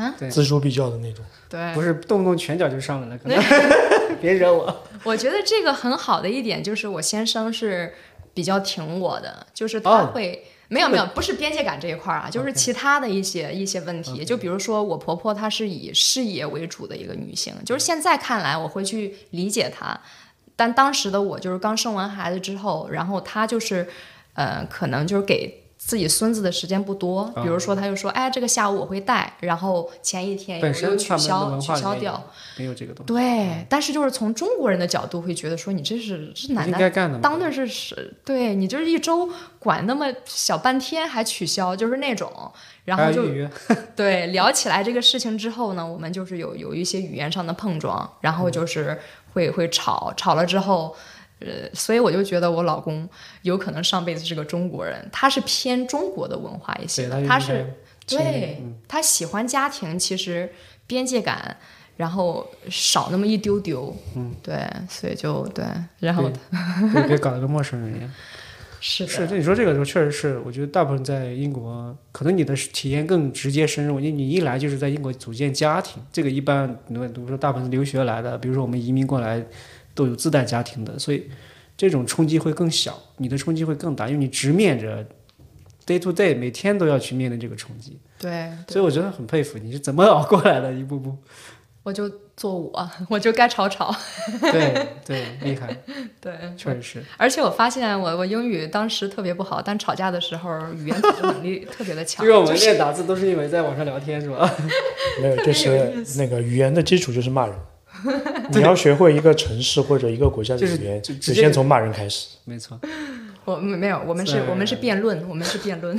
B: 啊，
C: 对
D: 锱铢必较的那种。
B: 对，
C: 不是动不动拳脚就上来了，可能 别惹我。
B: 我觉得这个很好的一点就是我先生是比较挺我的，就是他
C: 哦
B: 会、没有没有不是边界感这一块儿啊，就是其他的一些一些问题就比如说我婆婆她是以事业为主的一个女性，就是现在看来我会去理解她，但当时的我就是刚生完孩子之后，然后她就是呃可能就是给。自己孙子的时间不多，比
C: 哦
B: 如说他就说，哎，这个下午我会带，然后前一天
C: 本
B: 我又
C: 身
B: 取
C: 他们的
B: 消
C: 文
B: 取
C: 化里
B: 消
C: 面
B: 掉。
C: 没有这个东西，嗯
B: 对，但是就是从中国人的角度会觉得说，你这是这奶
C: 应
B: 奶
C: 该干的嘛。
B: 当的是是，对你就是一周管那么小半天还取消，就是那种，然
C: 还
B: 后
C: 啊要
B: 就
C: 预约
B: 对，聊起来这个事情之后呢，我们就是有有一些语言上的碰撞，然
C: 嗯
B: 后就是会会吵，吵了之后，呃，所以我就觉得我老公有可能上辈子是个中国人，他是偏中国的文化一些
C: 对
B: 的，
C: 就
B: 他
C: 应
B: 是
C: 该亲
B: 对、他喜欢家庭，其实边界感。然后少那么一丢丢，嗯，对，所以就对，然后
C: 对，别搞得跟陌生人一样。
B: 是的，
C: 是，那你说这个时候确实是，我觉得大部分在英国，可能你的体验更直接深入，因为你一来就是在英国组建家庭，这个一般你比如说大部分留学来的，比如说我们移民过来，都有自带家庭的，所以这种冲击会更小，你的冲击会更大，因为你直面着 day to day 每天都要去面临这个冲击，
B: 对，
C: 所以我真的很佩服你是怎么熬过来的，一步 步，
B: 我就做我， 我就该吵吵。
C: 对对，厉害，
B: 对，
C: 确实是，
B: 而且我发现我我英语当时特别不好，但吵架的时候语言组织能力特别的强
C: 因。为我们练打字都是因为在网上聊天是吧？
D: 没 有，就是那个语言的基础就是骂人。你要学会一个城市或者一个国家的
C: 就是
D: 语言，
C: 就直
D: 就
C: 接
D: 先从骂人开始。
C: 没错
B: 我没有，我们是
C: 对
B: 我们是辩论，我们是辩论，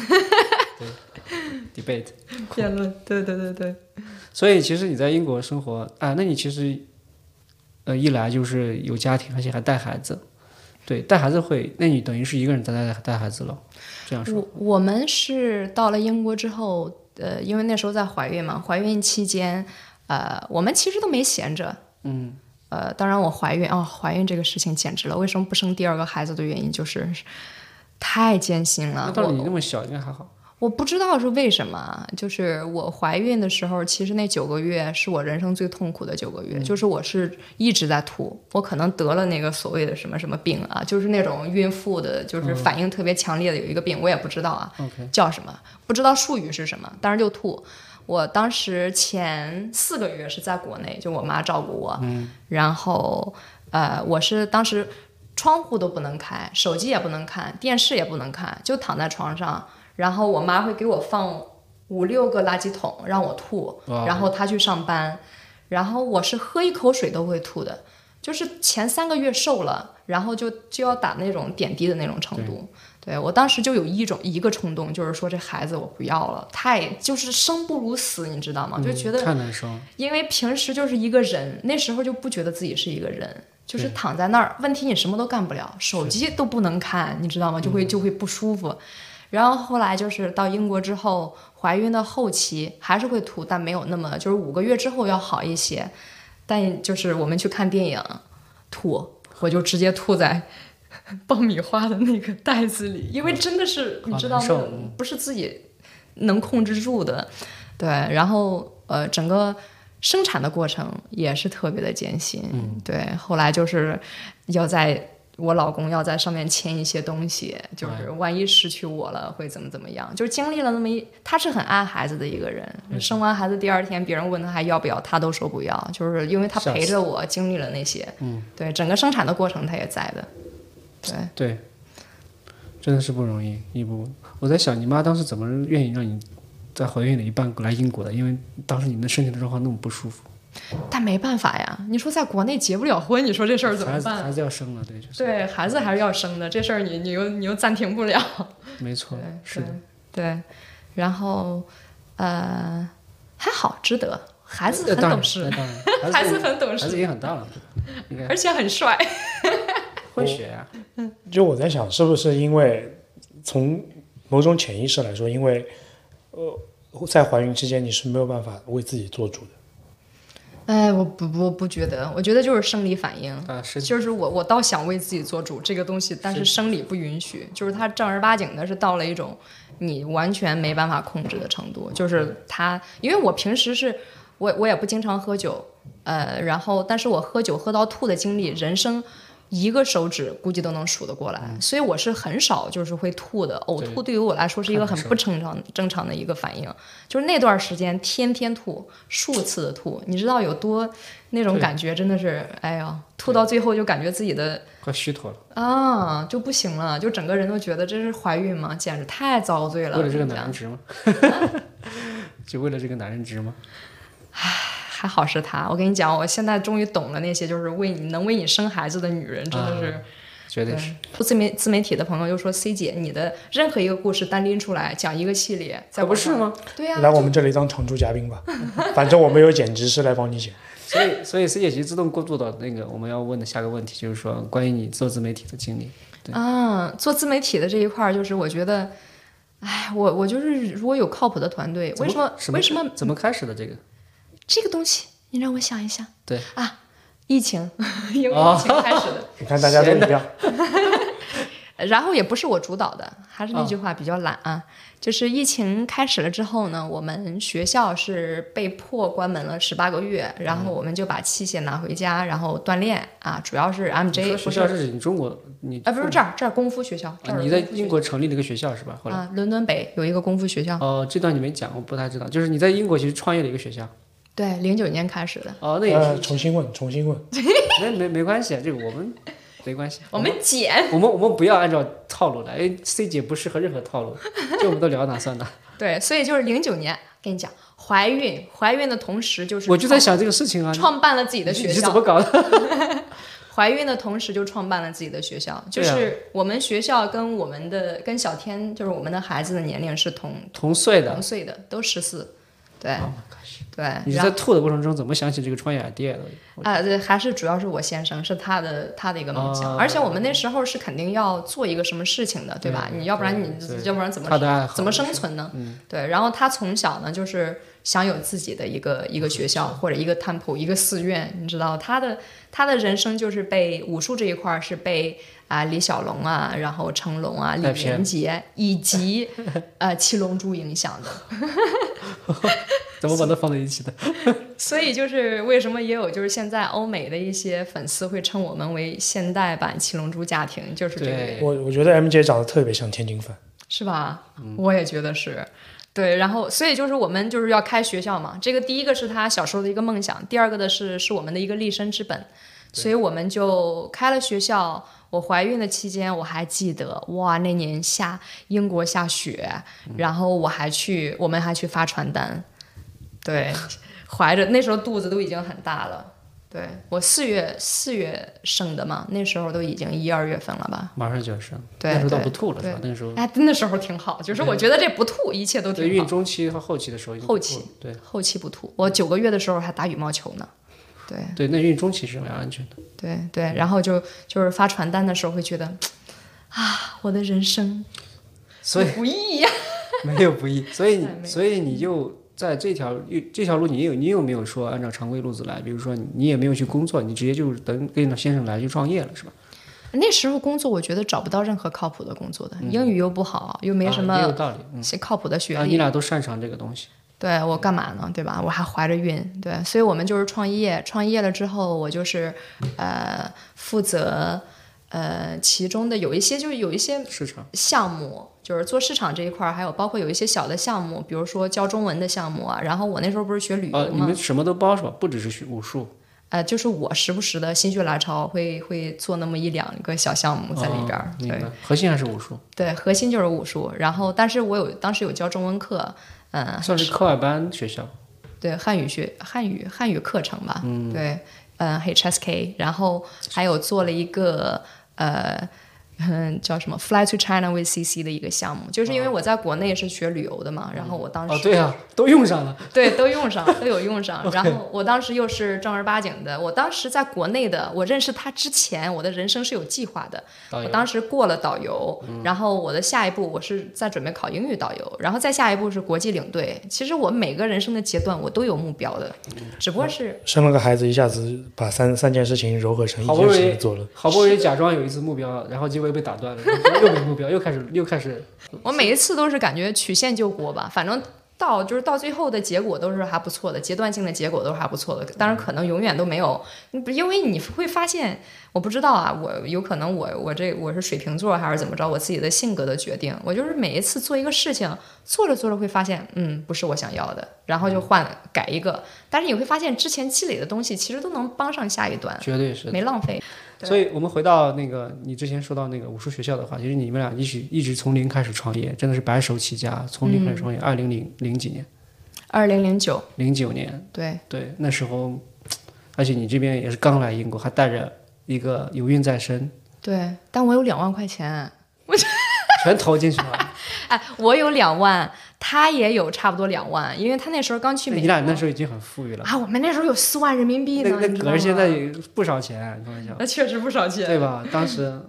C: ，debate。
B: 辩论。 对对对对，
C: 所以其实你在英国生活啊，那你其实，呃，一来就是有家庭，而且还带孩子，对，带孩子会，那你等于是一个人在带带孩子了，这样说，
B: 我我们是到了英国之后，呃，因为那时候在怀孕嘛，怀孕期间，呃，我们其实都没闲着。
C: 嗯，
B: 呃，当然我怀孕啊、怀孕这个事情简直了，为什么不生第二个孩子的原因就是太艰辛了
C: 那。到
B: 啊我
C: 你那么小应该还好，
B: 我不知道是为什么，啊就是我怀孕的时候，其实那九个月是我人生最痛苦的九个月，就是我是一直在吐，我可能得了那个所谓的什么什么病啊，就是那种孕妇的，就是反应特别强烈的有一个病，我也不知道啊
C: OK
B: 叫什么，不知道术语是什么，但是就吐。我当时前四个月是在国内，就我妈照顾我，然后呃，我是当时窗户都不能开，手机也不能看，电视也不能看，就躺在床上。然后我妈会给我放五六个垃圾桶让我吐，
C: 哇
B: 然后她去上班，然后我是喝一口水都会吐的，就是前三个月瘦了，然后就就要打那种点滴的那种程度。对我当时就有一种一个冲动，就是说这孩子我不要了，太就是生不如死，你知道吗？就觉得
C: 太难受了，
B: 因为平时就是一个人，那时候就不觉得自己是一个人，就是躺在那儿，问题你什么都干不了，手机都不能看，你知道吗？就会
C: 嗯
B: 就会不舒服。然后后来就是到英国之后，怀孕的后期还是会吐，但没有那么就是五个月之后要好一些。但就是我们去看电影，吐，我就直接吐在爆米花的那个袋子里，因为真的是你知道
C: 好
B: 吗
C: 难受嗯？
B: 不是自己能控制住的，对。然后呃，整个生产的过程也是特别的艰辛，对。后来就是要在。我老公要在上面签一些东西，就是万一失去我了会怎么怎么样，就是经历了那么一，他是很爱孩子的一个人。生完孩子第二天，别人问他还要不要，他都说不要，就是因为他
C: 吓
B: 陪着我经历了那些，对，整个生产的过程他也在的。对，
C: 对，真的是不容易，一步步。我在想，你妈当时怎么愿意让你在怀孕的一半来英国的？因为当时你的身体的状况那么不舒服，
B: 但没办法呀，你说在国内结不了婚，你说这事儿怎
C: 孩
B: 么
C: 子
B: 办？啊
C: 孩子要生了，对，就是，
B: 对孩子还是要生的，这事儿你你又你又暂停不了。
C: 没错，是的，
B: 对，然后呃还好，值得，孩子
C: 那
B: 很
C: 当然
B: 懂事
C: 那， 当然，
B: 孩子
C: 子
B: 很懂
C: 孩子
B: 事，
C: 也很大了，应该
B: 而且很帅。哦
C: 会学呀、
D: 就我在想，是不是因为从某种潜意识来说，因为呃，在怀孕期间你是没有办法为自己做主的。
B: 哎，我不不不觉得，我觉得就是生理反应。
C: 啊，是
B: 就是我，我倒想为自己做主这个东西，但是生理不允许，就是它正儿八经的是到了一种你完全没办法控制的程度。就是它，因为我平时是我我也不经常喝酒，呃，然后但是我喝酒喝到吐的经历，人生一个手指估计都能数得过来，所以我是很少就是会吐的。呕吐嗯对于我来说是一个很不正常正常的一个反应，就是那段时间天天吐，数次的吐，你知道有多那种感觉，真的是哎呀，吐到最后就感觉自己的
C: 快虚脱了，
B: 啊就不行了，就整个人都觉得这是怀孕吗？简直太遭罪了。
C: 为了这个
B: 这
C: 男
B: 样
C: 人值吗？ 就为了这个男人值吗？
B: 还好是他，我跟你讲，我现在终于懂了那些就是为你能为你生孩子的女人，真的是。
C: 啊绝对是。
B: 做自媒自媒体的朋友就说：“C 姐，你的任何一个故事单拎出来讲一个系列，在
C: 可啊哦不
B: 网上
C: 是？吗？
B: 对啊呀、
D: 来我们这里当常驻嘉宾吧， 反正我们有剪辑师来帮你剪。
C: 所以，所以 C 姐其实自动过渡到那个我们要问的下个问题，就是说关于你做自媒体的经历。
B: 啊，做自媒体的这一块儿，就是我觉得，哎，我我就是如果有靠谱的团队，
C: 怎
B: 为什么
C: 什
B: 为什么
C: 怎么开始的这个？
B: 这个东西？你让我想一想
C: 对，哦
B: 啊，疫情，因为疫情开始的。
D: 你看大家都一样，
B: 然后也不是我主导的，还是那
C: 哦
B: 句话，比较懒啊。就是疫情开始了之后呢，我们学校是被迫关门了十八个月，然
C: 嗯
B: 后我们就把器械拿回家，然后锻炼啊，主要是
C: 你说
B: MJ
C: 学
B: 不
C: 校
B: 是。
C: 是指你中国，你
B: 啊，不是这儿，这儿功夫学校，这
C: 啊
B: 儿
C: 你在
B: 有功夫学
C: 英国成立了一个学校是吧？后来
B: 啊，伦敦北啊有一个功夫学校，
C: 哦，这段你没讲，我不太知道。就是你在英国其实创业了一个学校，
B: 对，零九年开始的。
C: 哦，那也
D: 呃，
C: 是，
D: 重新问，重新问。
C: 那没没关系，这个 我们没关系。
B: 我们剪，
C: 我们我们不要按照套路来，因为 C 姐不适合任何套路，这我们都聊哪算哪。
B: 对，所以就是零九年，跟你讲，怀孕，怀孕的同时就是
C: 我就在
B: 创
C: 想这个事情啊，你
B: 创办了自己的
C: 你
B: 学
C: 是
B: 校
C: 怎，么搞的？
B: 怀孕的同时就创办了自己的学校，就
C: 对啊
B: 是我们学校跟我们的跟小天，就是我们的孩子的年龄是同
C: 同岁的 Oh
B: 同，岁的，都十四，对，对，
C: 你是
B: 哎然
C: 在
B: 后
C: 吐的过程中怎么想起这个创业 idea 的？
B: 啊，对，还是主要是我先生是他的他的一个梦想，
C: 啊
B: 而且我们那时候是肯定要做一个什么事情的，对吧？
C: 对
B: 你要不然你
C: 对
B: 要不然怎么
C: 他的爱好
B: 怎么生存呢？
C: 嗯
B: 对，然后他从小呢，就是想有自己的一个一个学
C: 嗯
B: 校或者一个 temple 一个寺院，你知道，他的他的人生就是被武术这一块儿是被啊、李小龙啊，然后成龙啊，李
C: 带偏
B: 连杰以 及呃七龙珠影响的，
C: 怎么把它放在一起的？
B: 所以就是为什么也有就是现在欧美的一些粉丝会称我们为现代版七龙珠家庭，就是这个原因
C: 对
D: 我我觉得 M 姐长得特别像天津饭，
B: 是吧？我也觉得是。对，然后所以就是我们就是要开学校嘛，这个第一个是他小时候的一个梦想，第二个的是是我们的一个立身之本，所以我们就开了学校。我怀孕的期间，我还记得哇，那年下英国下雪，然后我还去，我们还去发传单，对，怀着那时候肚子都已经很大了，对我四月四月生的嘛，那时候都已经一二月份了吧，
C: 马上就要生，
B: 对
C: 那时候倒
B: 对
C: 不吐了是吧？那时候
B: 哎，那时候挺好，就是我觉得这不吐，一切都
C: 对
B: 挺
C: 孕
B: 好。
C: 中期和后期的时候已经不
B: 后
C: 吐
B: 期
C: 了，对
B: 后期不吐，我九个月的时候还打羽毛球呢。对
C: 对，那孕中期是蛮 安全的。
B: 对对，然后就就是发传单的时候会觉得，啊，我的人生
C: 所以
B: 不易呀、
C: 没有不易，所以
B: 哎没有
C: 所以你就在这条这条路，你有你有没有说按照常规路子来？比如说你你也没有去工作，你直接就等跟你的先生来去创业了，是吧？
B: 那时候工作我觉得找不到任何靠谱的工作的，英语又不好，又没什
C: 嗯啊也有
B: 么
C: 道理。
B: 靠谱的学
C: 啊，
B: 历。
C: 你俩都擅长这个东西，
B: 对我干嘛呢？对吧？我还怀着孕，对，所以我们就是创业。创业了之后，我就是呃负责呃其中的有一些就是有一些
C: 市场
B: 项目，就是做市场这一块儿，还有包括有一些小的项目，比如说教中文的项目啊。然后我那时候不是学旅
C: 啊，
B: 游
C: 你
B: 嘛
C: 们，什么都包是吧？不只是学武术，
B: 呃，就是我时不时的心血来潮会会做那么一两个小项目在里边儿
C: 啊。明
B: 对
C: 白？核心还是武术，
B: 对，核心就是武术。然后，但是我有当时有教中文课，嗯、
C: 算是课外班学校。
B: 对汉语学汉语汉语课程吧，对，嗯，HSK，然后还有做了一个呃。嗯，叫什么 “Fly to China with CC” 的一个项目，就是因为我在国内是学旅游的嘛，然后我当时、
C: 哦，对啊，都用上了。
B: 对都用上，都有用 上。然后我当时又是正儿八经的，我当时在国内的，我认识他之前，我的人生是有计划的。
C: 导
B: 我
C: 游
B: 当时过了导游，然后我的下一步我是在准备考英语导游，然后再下一步是国际领队。其实我每个人生的阶段我都有目标的，只不过是
D: 生了个孩子，一下子把三三件事情糅合成一
C: 好不容
D: 件
C: 易
D: 事情做了。
C: 好不容易假装有一次目标，然后结果又被打 断了，又没目标，又开始又开始
B: 我每一次都是感觉曲线救国吧，反正到就是到最后的结果都是还不错的，阶段性的结果都是还不错的。当然，可能永远都没有，不因为你会发现，我不知道啊，我有可能我我这我是水瓶座还是怎么着，我自己的性格的决定，我就是每一次做一个事情，做着做着会发现，嗯，不是我想要的，然后就换改一个。但是你会发现，之前积累的东西其实都能帮上下一段，
C: 绝对是。
B: 没浪费。嗯对
C: 所以我们回到那个你之前说到那个武术学校的话，其实你们俩一直一直从零开始创业，真的是白手起家，从零开始
B: 嗯
C: 创业，二零零零几年，
B: 二零零九，
C: 零九年，
B: 哦对，
C: 对，那时候，而且你这边也是刚来英国，还带着一个有孕在身，
B: 对，但我有两万块钱，
C: 全投进去了。
B: 哎，我有两万，他也有差不多两万，因为他那时候刚去
C: 那
B: 美国。
C: 你俩那时候已经很富裕了，
B: 啊，我们那时候有四万人民币
C: 那
B: 呢，
C: 那
B: 你知啊
C: 可
B: 道
C: 是现
B: 吗
C: 在有不少钱，开玩笑，
B: 那确实不少钱。
C: 对吧？当时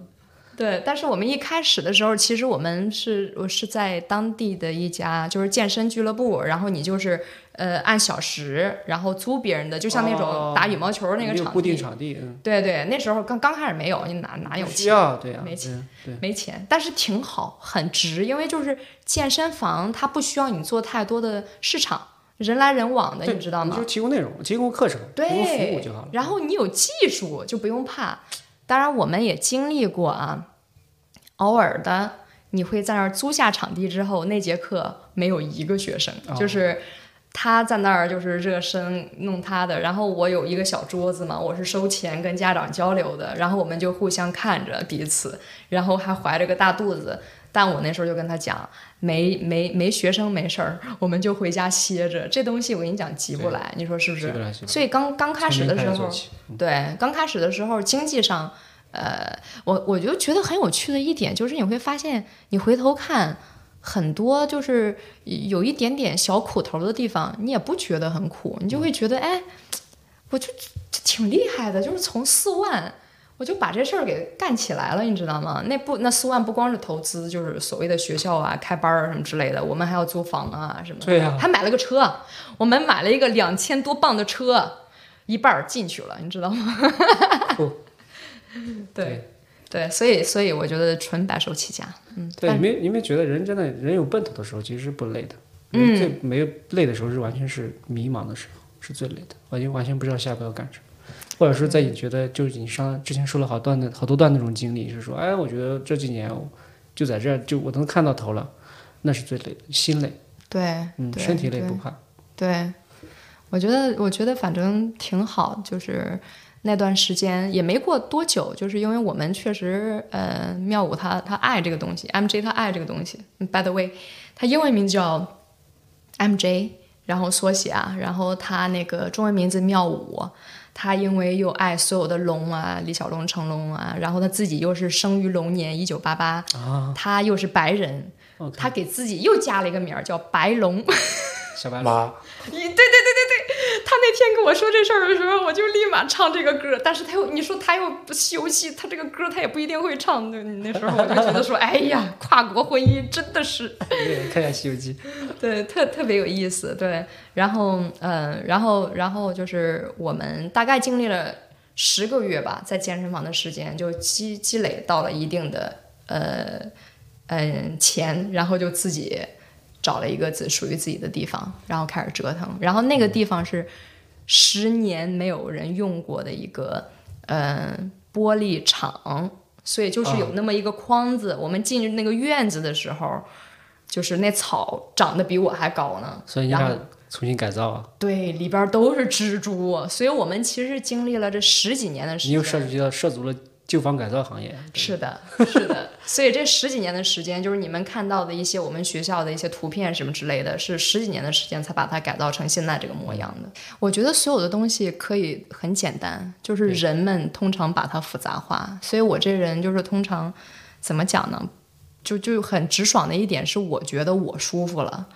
B: 对，但是我们一开始的时候，其实我们是我是在当地的一家就是健身俱乐部，然后你就是呃按小时，然后租别人的，就像那
C: 哦
B: 种打羽毛球那个
C: 没有
B: 场地。
C: 固定场地，嗯，
B: 对对，那时候刚刚开始没有，你哪哪有
C: 不需
B: 钱？
C: 要，对啊，
B: 没钱
C: 嗯，对。
B: 没钱，但是挺好，很值，因为就是健身房，它不需要你做太多的市场，人来人往的，
C: 对
B: 你知道
C: 你
B: 吗
C: 就？提供内容，提供课程，提供服务
B: 对
C: 就好了，。
B: 然后你有技术就不用怕。当然，我们也经历过啊，偶尔的你会在那儿租下场地之后，那节课没有一个学生，
C: 哦
B: 就是。他在那儿就是热身弄他的，然后我有一个小桌子嘛，我是收钱跟家长交流的，然后我们就互相看着彼此，然后还怀着个大肚子，但我那时候就跟他讲，没没没学生没事儿，我们就回家歇着。这东西我跟你讲急不
C: 对
B: 来，你说是不
C: 是
B: 是
C: 不来是？不来
B: 所以刚刚开始的时
C: 从零做
B: 候，
C: 起嗯
B: 对，刚开始的时候经济上，呃，我我就觉得很有趣的一点就是你会发现，你回头看很多就是有一点点小苦头的地方，你也不觉得很苦，你就会觉得哎，我就就挺厉害的，就是从四万。我就把这事儿给干起来了，你知道吗？那不那四万不光是投资，就是所谓的学校啊、开班儿啊什么之类的，我们还要租房啊什么的。
C: 对呀
B: 还买了个车，我们买了一个两千多磅的车，一半儿进去了，你知道吗？
C: 酷
B: 对对，所以所以我觉得纯白手起家，嗯，
C: 对，
B: 但
C: 你们你们觉得人真的人有奔头的时候，其实是不累的。
B: 嗯
C: 人最没有累的时候是完全是迷茫的时候，是最累的，完全完全不知道下一步要干什么。或者说，在你觉得就是你上之前说了好段的好多段那种经历，是说，哎，我觉得这几年我就在这儿，就我能看到头了，那是最累的，心累，
B: 对，
C: 嗯，
B: 对
C: 身体累
B: 对
C: 不怕，
B: 对，我觉得，我觉得反正挺好，就是那段时间也没过多久，就是因为我们确实，呃，妙舞他他爱这个东西，MJ 他爱这个东西。嗯 By the way，他英文名叫 MJ，然后缩写啊，然后他那个中文名字妙舞。他因为又爱所有的龙啊，李小龙、成龙啊，然后他自己又是生于龙年一九八八，他又是白人
C: OK
B: 他给自己又加了一个名儿叫白龙。
C: 小白
D: 妈，
B: 你 对对对对对，他那天跟我说这事儿的时候，我就立马唱这个歌儿。但是他又你说他又不休息，他这个歌儿他也不一定会唱。那那时候我就觉得说， 哎呀，跨国婚姻真的是
C: 对， 看一下《西游记》，
B: 对，特特别有意思。对，然后嗯，然后然后就是我们大概经历了十个月吧，在健身房的时间就积积累到了一定的呃嗯钱，然后就自己找了一个自属于自己的地方，然后开始折腾。然后那
C: 嗯
B: 个地方是十年没有人用过的一个呃玻璃厂，所以就是
C: 嗯
B: 有那么一个框子。我们进那个院子的时候，就是那草长得比我还高呢，
C: 所以你
B: 然后
C: 俩重新改造啊，
B: 对里边都是蜘蛛，所以我们其实经历了这十几年的时
C: 你
B: 间。
C: 又涉及到涉足了旧房改造行业，对
B: 是的，是的。所以这十几年的时间，就是你们看到的一些我们学校的一些图片什么之类的，是十几年的时间才把它改造成现在这个模样的。嗯我觉得所有的东西可以很简单，就是人们通常把它复杂化。所以我这人就是通常怎么讲呢？就就很直爽的一点是，我觉得我舒服了。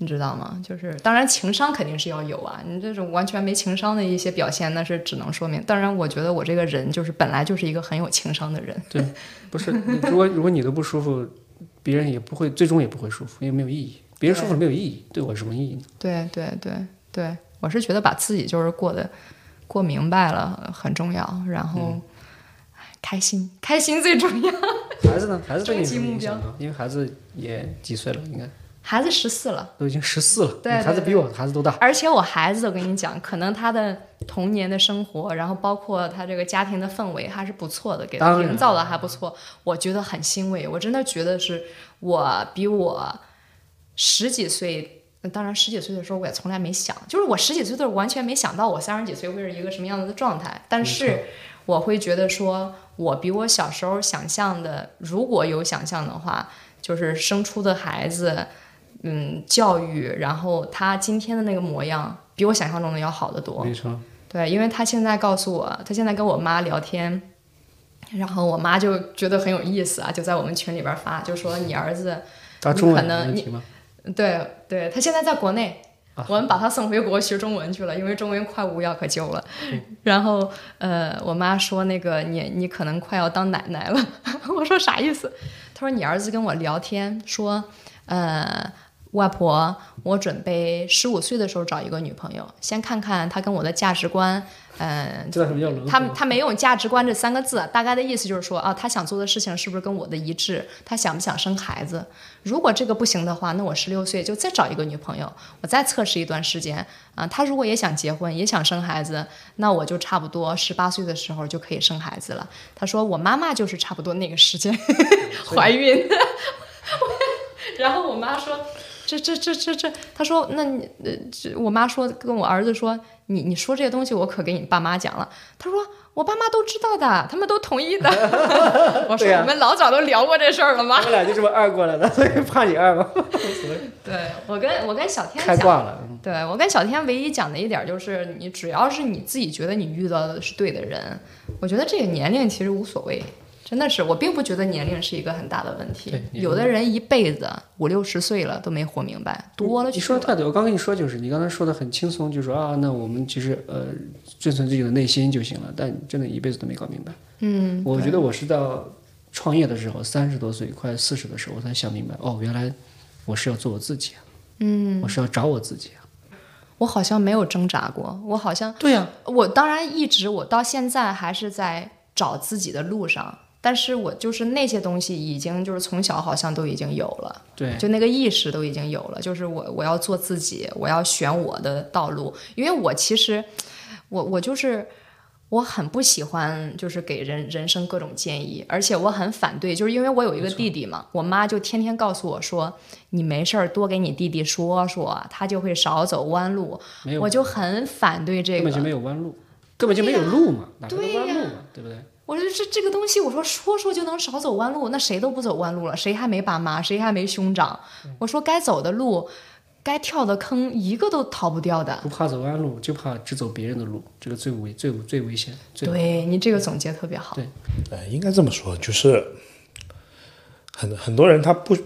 B: 你知道吗？就是当然情商肯定是要有啊，你这种完全没情商的一些表现，那是只能说明。当然，我觉得我这个人就是本来就是一个很有情商的人。
C: 不是，你如果 如果你都不舒服，别人也不会，最终也不会舒服，因为没有意义。别人舒服没有意义，对我有什么意义呢？
B: 对对对对，我是觉得把自己就是过得过明白了很重要，然后、
C: 嗯
B: 唉开心，开心最重要。
C: 孩子呢？孩子对你有
B: 终极
C: 什么
B: 目
C: 影响啊？因为孩子也几岁了，应该
B: 孩子十四了，
C: 都已经十四了，
B: 对
C: 你孩子
B: 对
C: 比
B: 对
C: 我孩子都大。
B: 而且我孩子，我跟你讲，可能他的童年的生活，然后包括他这个家庭的氛围还是不错的，给他
C: 当然
B: 营造的还不错，我觉得很欣慰。我真的觉得是我比我十几岁，呃当然十几岁的时候我也从来没想，就是我十几岁的时候完全没想到我三十几岁会是一个什么样子的状态，但是我会觉得说，我比我小时候想象的，如果有想象的话，就是生出的孩子。嗯，教育，然后他今天的那个模样，比我想象中的要好得多。
C: 没错，
B: 对，因为他现在告诉我，他现在跟我妈聊天，然后我妈就觉得很有意思啊，就在我们群里边发，就说你儿子，
C: 他中文
B: 可
C: 有
B: 能
C: 问
B: 你
C: 题吗？
B: 对对，他现在在国内，我们把他送回国学中文去了，因为中文快无药可救了。然后呃，我妈说那个你你可能快要当奶奶了， 我说啥意思？她说你儿子跟我聊天说，呃。外婆，我准备十五岁的时候找一个女朋友，先看看她跟我的价值观，嗯、
C: 知道什么叫轮
B: 他
C: 回吗
B: 他没用“价值观”这三个字，大概的意思就是说啊，他想做的事情是不是跟我的一致？他想不想生孩子？如果这个不行的话，那我十六岁就再找一个女朋友，我再测试一段时间啊。他如果也想结婚，也想生孩子，那我就差不多十八岁的时候就可以生孩子了。他说我妈妈就是差不多那个时间怀孕， 然后我妈说。这这这这这，他说，那你呃，这我妈说跟我儿子说，你你说这些东西，我可给你爸妈讲了。他说我爸妈都知道的，他们都同意的。 我说
C: 对呀
B: 我们老早都聊过这事儿了
C: 我
B: 吗？
C: 们俩就这么二过来的，所以怕你二吗？
B: 对我跟我跟小天
C: 开
B: 讲，
C: 挂了，嗯
B: 对我跟小天唯一讲的一点就是，你只要是你自己觉得你遇到的是对的人，我觉得这个年龄其实无所谓。真的是，我并不觉得年龄是一个很大的问题
C: 对。你
B: 有的人一辈子五六十岁了都没活明白，多了
C: 你
B: 去
C: 说的太对，我刚跟你说就是，你刚才说的很轻松，就说啊，那我们其实呃，遵从自己的内心就行了，但真的一辈子都没搞明白。
B: 嗯，
C: 我觉得我是到创业的时候，三十多岁，快四十的时候，我才想明白，哦，原来我是要做我自己啊，嗯，我是要找我自己啊。
B: 我好像没有挣扎过，我好像
C: 对呀、
B: 我当然一直，我到现在还是在找自己的路上，但是我就是那些东西已经就是从小好像都已经有了，
C: 对，
B: 就那个意识都已经有了，就是我我要做自己，我要选我的道路，因为我其实我我就是。我很不喜欢，就是给人人生各种建议，而且我很反对，就是因为我有一个弟弟嘛，我妈就天天告诉我说，你没事儿多给你弟弟说说，他就会少走弯路。
C: 没有
B: 我就很反对这个，
C: 根本就没有弯路，根本就没有路嘛，哪来的弯路
B: 对
C: 嘛，对不对？
B: 我说这这个东西，我说说说就能少走弯路，那谁都不走弯路了，谁还没爸妈，谁还没兄长？我说该走的路，该跳的坑，一个都逃不掉的。
C: 不怕走弯路，就怕只走别人的路，这个最危最最危险。最
B: 对你这个总结特别好
C: 对，
D: 呃，应该这么说，就是很很多人他不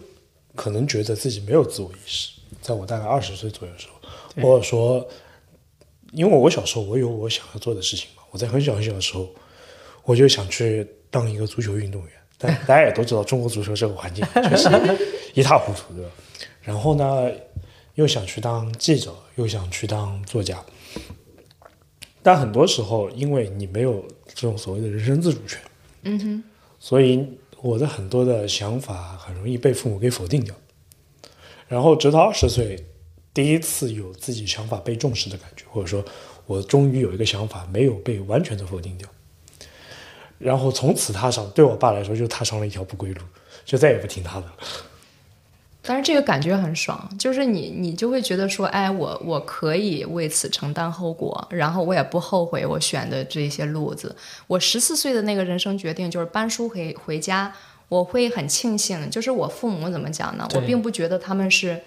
D: 可能觉得自己没有自我意识。在我大概二十岁左右的时候，或者说，因为我小时候我有我想要做的事情嘛，我在很小很小的时候，我就想去当一个足球运动员。但大家也都知道，中国足球这个环境确实一塌糊涂，对吧？然后呢，又想去当记者，又想去当作家。但很多时候，因为你没有这种所谓的人生自主权，所以我的很多的想法很容易被父母给否定掉。然后直到二十岁，第一次有自己想法被重视的感觉，或者说我终于有一个想法没有被完全的否定掉。然后从此踏上，对我爸来说就踏上了一条不归路，就再也不听他的了。
B: 但是这个感觉很爽，就是你你就会觉得说，哎，我我可以为此承担后果，然后我也不后悔我选的这些路子。我十四岁的那个人生决定就是搬书回回家，我会很庆幸，就是我父母怎么讲呢？我并不觉得他们是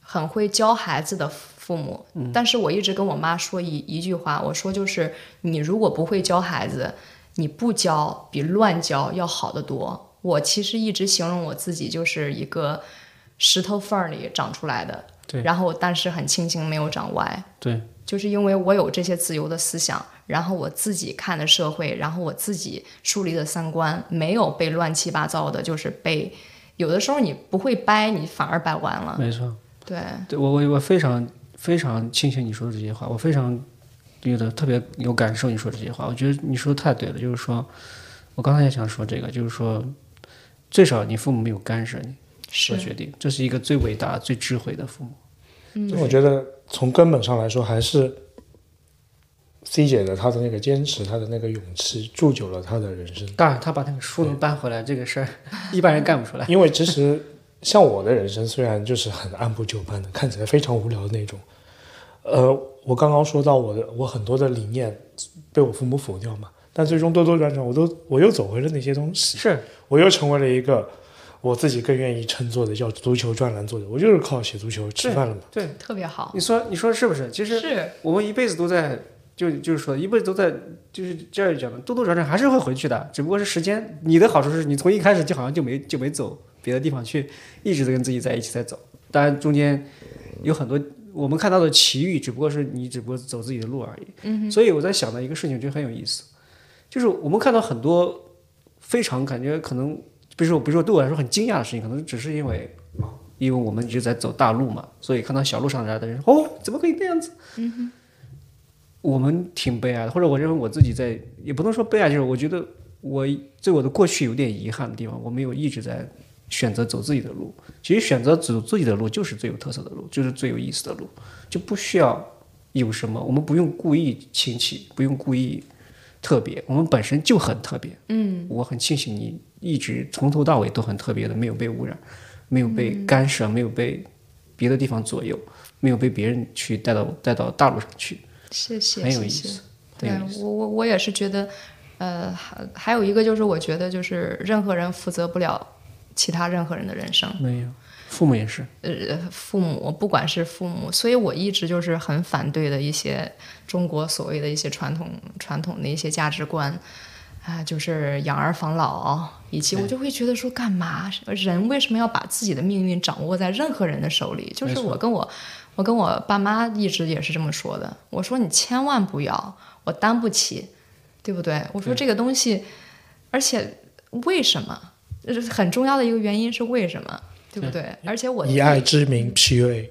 B: 很会教孩子的父母，
C: 嗯
B: 但是我一直跟我妈说一一句话，我说就是你如果不会教孩子，你不教比乱教要好得多。我其实一直形容我自己就是一个石头缝儿里长出来的，
C: 对
B: 然后但是很庆幸没有长歪，
C: 对，
B: 就是因为我有这些自由的思想，然后我自己看的社会，然后我自己树立的三观没有被乱七八糟的，就是被有的时候你不会掰，你反而掰弯了。
C: 没错。
B: 对，
C: 对我我我非常非常庆幸你说的这些话，我非常有的特别有感受你说这些话，我觉得你说的太对了，就是说，我刚才也想说这个，就是说，最少你父母没有干涉你，做决定，这是一个最伟大、最智慧的父母。
D: 那我觉得从根本上来说，还是 C 姐的她的那个坚持，她的那个勇气，铸就了她的人生。
C: 当然，他把那个书能搬回来这个事儿， 一般人干不出来。
D: 因为其实像我的人生，虽然就是很按部就班的，看起来非常无聊的那种。呃，我刚刚说到我的我很多的理念被我父母否掉嘛，但最终兜兜转转，我都我又走回了那些东 西，
C: 是，
D: 我又成为了一个我自己更愿意乘坐的叫足球专栏作者，我就是靠写足球吃饭了嘛。
C: 对，
B: 特别好，
C: 你说你说是不是？其实
B: 是
C: 我们一辈子都在，就就是说一辈子都在，就是这样讲的，兜兜转转还是会回去的，只不过是时间。你的好处是你从一开始就好像就没就没走别的地方去，一直都跟自己在一起在走。当然中间有很多我们看到的奇遇，只不过是你只不过走自己的路而已。嗯、所以我在想到一个事情，我觉得很有意思，就是我们看到很多非常感觉可能，比如说比如说对我来说很惊讶的事情，可能只是因为。因为我们一直在走大路嘛，所以看到小路上来的人，哦，怎么可以那样子？我们挺悲哀的，或者我认为我自己在，也不能说悲哀，就是我觉得我对我的过去有点遗憾的地方，我没有一直在选择走自己的路。其实选择走自己的路就是最有特色的路，就是最有意思的路，就不需要有什么，我们不用故意清奇，不用故意特别，我们本身就很特别。嗯，我很庆幸你一直从头到尾都很特别的，没有被污染，没有被干涉，没有被别的地方左右，没有被别人去带到带到大路上去。
B: 谢谢，
C: 很有意
B: 谢谢。
C: 思，很
B: 对
C: 有意思。
B: 我我我也是觉得，呃，还还有一个就是，我觉得就是任何人负责不了其他任何人的人生，
C: 没有，父母也是，
B: 呃，父母不管是父母，所以我一直就是很反对的一些中国所谓的一些传统传统的一些价值观。啊、就是养儿防老，以及我就会觉得说，干嘛人为什么要把自己的命运掌握在任何人的手里？就是我跟我，我跟我爸妈一直也是这么说的。我说你千万不要，我担不起，对不对？我说这个东西，而且为什么？这是很重要的一个原因是为什么，对不对？而且我
D: 以爱之名 PUA，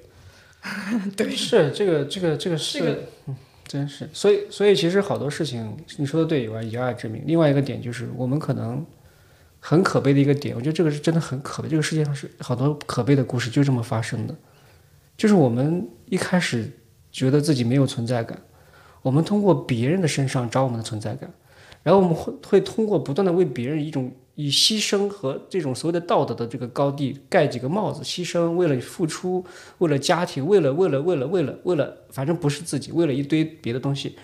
C: 是这个这个这个是，嗯真是。所以所以其实好多事情，你说的对以外，以爱之名。另外一个点就是，我们可能很可悲的一个点，我觉得这个是真的很可悲。这个世界上是好多可悲的故事就这么发生的，就是我们一开始觉得自己没有存在感，我们通过别人的身上找我们的存在感，然后我们会会通过不断的为别人一种。以牺牲和这种所谓的道德的这个高地盖几个帽子，牺牲为了付出，为了家庭，为了为了为了为了为了，反正不是自己，为了一堆别的东西，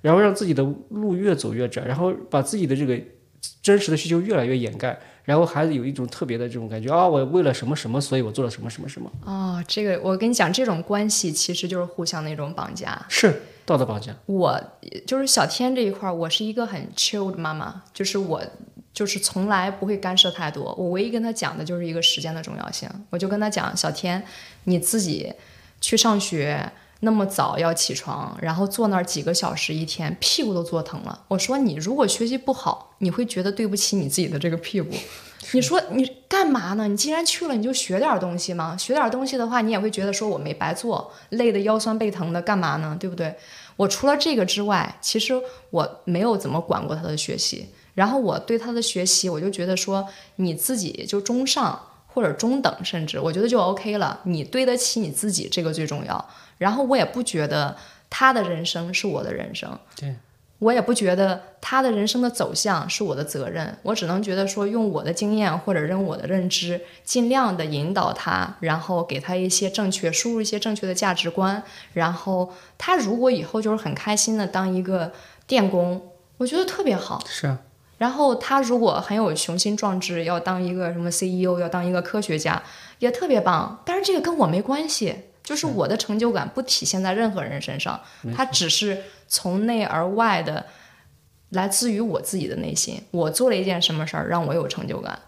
C: 然后让自己的路越走越窄，然后把自己的这个真实的需求越来越掩盖，然后还有一种特别的这种感觉啊，我为了什么什么，所以我做了什么什么什么，
B: 哦，这个我跟你讲，这种关系其实就是互相的一种绑架。
C: 是道德绑架，
B: 我就是小天这一块儿，我是一个很 chill 的妈妈，就是我就是从来不会干涉太多。我唯一跟他讲的就是一个时间的重要性。我就跟他讲，小天，你自己去上学那么早要起床，然后坐那儿几个小时一天，屁股都坐疼了。我说你如果学习不好，你会觉得对不起你自己的这个屁股。你说你干嘛呢？你既然去了，你就学点儿东西嘛。学点儿东西的话，你也会觉得说我没白做，累得腰酸背疼的，干嘛呢？对不对？我除了这个之外，其实我没有怎么管过他的学习。然后我对他的学习，我就觉得说你自己就中上或者中等，甚至我觉得就 OK 了。你对得起你自己，这个最重要。然后我也不觉得他的人生是我的人生，
C: 对，
B: 我也不觉得他的人生的走向是我的责任，我只能觉得说用我的经验或者用我的认知，尽量的引导他，然后给他一些正确，输入一些正确的价值观，然后他如果以后就是很开心的当一个电工，我觉得特别好。
C: 是啊，
B: 然后他如果很有雄心壮志，要当一个什么 CEO，要当一个科学家，也特别棒。但是这个跟我没关系，就是我的成就感不体现在任何人身上，它只是从内而外的来自于我自己的内心。我做了一件什么事儿让我有成就感，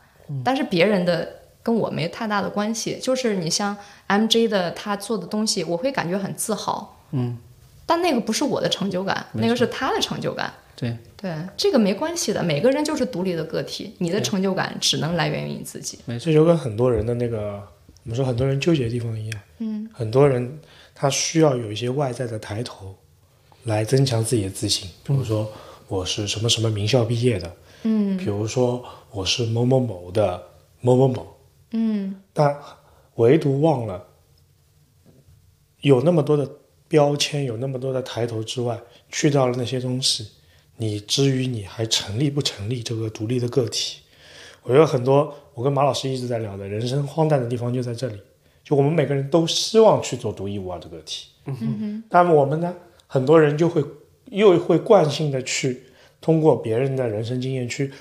B: 但是别人的跟我没太大的关系。就是你像 MJ 的他做的东西，我会感觉很自豪，
C: 嗯，
B: 但那个不是我的成就感，那个是他的成就感。
C: 对，
B: 对，这个没关系的，每个人就是独立的个体，你的成就感只能来源于你自己。
D: 这就跟很多人的那个我们说很多人纠结的地方一样。嗯，很多人他需要有一些外在的抬头，来增强自己的自信。比如说我是什么什么名校毕业的，嗯，比如说我是某某某的某某某，
B: 嗯，
D: 但唯独忘了有那么多的标签，有那么多的抬头之外，去掉了那些东西，你至于你还成立不成立这个独立的个体？我觉得很多，我跟马老师一直在聊的人生荒诞的地方就在这里，就我们每个人都希望去做独一无二的个体，嗯哼，但我们呢，很多人就会又会惯性的去通过别人的人生经验去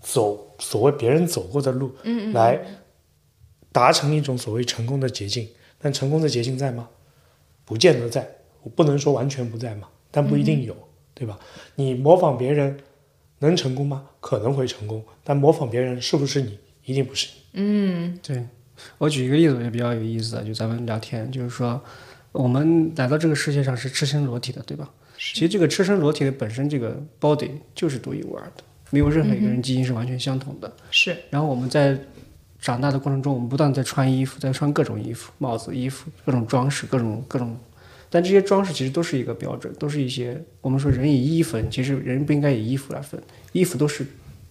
D: 走所谓别人走过的路，嗯嗯，来达成一种所谓成功的捷径，但成功的捷径在吗？不见得在，我不能说完全不在嘛，但不一定有，对吧？你模仿别人能成功吗？可能会成功，但模仿别人是不是你？一定不是你。
C: 对，我举一个例子，我觉得比较有意思的，就咱们聊天，就是说我们来到这个世界上是赤身裸体的，对吧？其实这个赤身裸体的本身这个 body 就是独一无二的，没有任何一个人基因是完全相同的。
B: 是，
C: 然后我们在长大的过程中，我们不断地在穿衣服，在穿各种衣服、帽子、衣服、各种装饰、各种各种。但这些装饰其实都是一个标准，都是一些我们说人以衣分，其实人不应该以衣服来分，衣服都是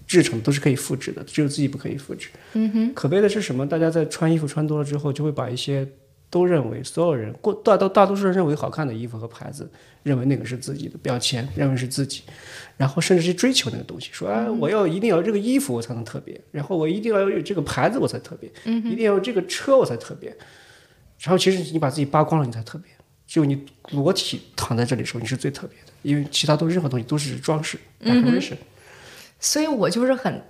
C: 制成，都是可以复制的，只有自己不可以复制。嗯哼。可悲的是什么？大家在穿衣服穿多了之后，就会把一些都认为所有人过大多大多数人认为好看的衣服和牌子，认为那个是自己的标签，认为是自己。然后甚至去追求那个东西，说哎，
B: 嗯
C: 我要一定要有这个衣服我才能特别，然后我一定要有这个牌子我才特别，
B: 嗯
C: 一定要有这个车我才特别。然后其实你把自己扒光了，你才特别。只有你裸体躺在这里的时候，你是最特别的，因为其他都任何东西都是装饰，decoration。
B: 嗯所以我就是很，